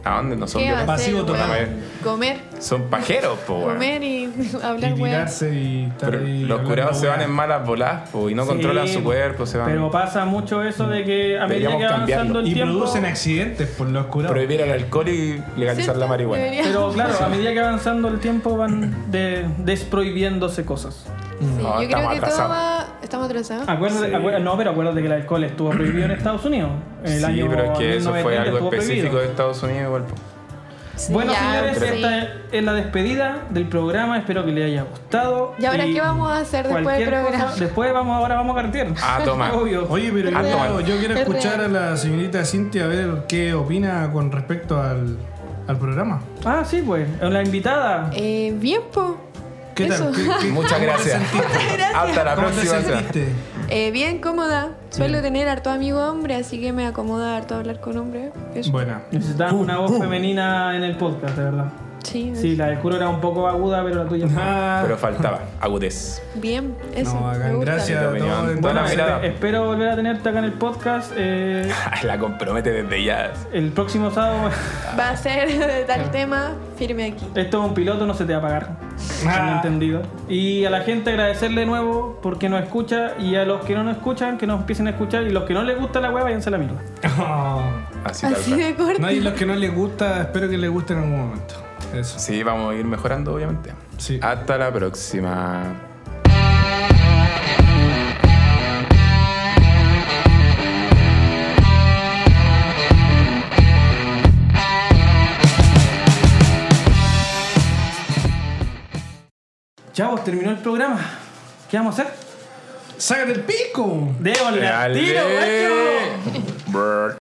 S1: ¿A dónde? No son
S2: ¿Qué va a
S1: violentos.
S2: hacer,
S5: Pasivo
S2: weón?
S5: total.
S2: Comer,
S1: Son pajeros, po, weón.
S2: comer y hablar,
S5: Y
S2: weón.
S5: tirarse y estar
S1: Pero
S5: ahí
S1: los
S5: hablando
S1: curados se van
S5: weá.
S1: en malas bolas, po, y no
S4: Sí,
S1: controlan su cuerpo, se van.
S4: Pero pasa mucho eso de que a medida
S1: Deberíamos
S4: que va avanzando
S1: cambiarlo.
S4: el
S5: Y
S4: tiempo.
S5: producen accidentes por los curados.
S1: Prohibir el alcohol y legalizar
S2: ¿Cierto?
S1: la marihuana.
S2: Debería-
S4: Pero claro, a medida que avanzando el tiempo van de- desprohibiéndose cosas.
S2: Sí,
S1: No,
S2: yo creo
S1: estamos
S2: que todo
S1: atrasados.
S2: va... ¿Estamos atrasados?
S4: Acuérdate, acuérdate- no, pero acuérdate que el alcohol estuvo prohibido en Estados Unidos. El
S1: sí,
S4: año
S1: pero es que eso
S4: 1930
S1: fue algo
S4: estuvo
S1: específico
S4: prohibido.
S1: de Estados Unidos, igual. po.
S2: Sí,
S4: Bueno,
S2: ya,
S4: señores,
S2: sí.
S4: esta es la despedida del programa. Espero que les haya gustado.
S2: ¿Y ahora qué vamos a hacer después del
S4: cualquier
S2: programa?
S4: después vamos, ahora vamos a cartear.
S1: Ah, toma.
S4: Obvio.
S5: Oye, pero yo,
S1: Ah,
S5: quiero-
S1: toma.
S5: yo quiero
S2: Es
S5: escuchar a
S2: real.
S5: la señorita Cintia a ver qué opina con respecto al, al programa.
S4: Ah, sí, pues. La invitada.
S2: Eh, bien, po.
S5: ¿Qué
S2: Eso.
S5: tal? ¿Qué- qué-
S1: Muchas gracias.
S2: Gracias.
S1: Hasta la
S5: ¿Cómo te
S1: próxima.
S5: sentiste?
S2: Eh, bien cómoda. Suelo tener harto amigo hombre, así que me acomoda harto hablar con hombre. Eso.
S5: Buena.
S4: Necesitamos una voz femenina en el podcast, de verdad.
S2: Sí,
S4: Sí, la del curo era un poco aguda, pero la tuya. no.
S5: Ah,
S1: Pero faltaba agudez.
S2: bien. Eso.
S5: no,
S2: me
S5: hagan
S2: gusta.
S5: gracias a
S1: Opinión.
S5: todos.
S1: Buena
S5: Entonces,
S1: mirada.
S4: espe- Espero volver a tenerte acá en el podcast. eh,
S1: la compromete desde ya.
S4: el próximo sábado.
S2: Va a ser de tal tema, firme aquí.
S4: Esto es un piloto, no se te va a pagar.
S5: Ah.
S4: Tengo entendido. Y a la gente agradecerle de nuevo porque nos escucha y a los que no nos escuchan, que nos empiecen a escuchar y los que no les gusta la web, váyanse a la mierda.
S5: Oh,
S1: Así, tal
S2: Así
S1: cual.
S2: de corto.
S5: no, y los que no les gusta, espero que les guste en algún momento. Eso.
S1: Sí, vamos a ir mejorando, obviamente.
S5: Sí.
S1: Hasta la próxima.
S4: Chavos, pues, terminó el programa. ¿Qué vamos a hacer?
S5: ¡Sácate el pico!
S4: ¡Démosle al
S1: Dale.
S4: tiro, macho!
S1: Brr.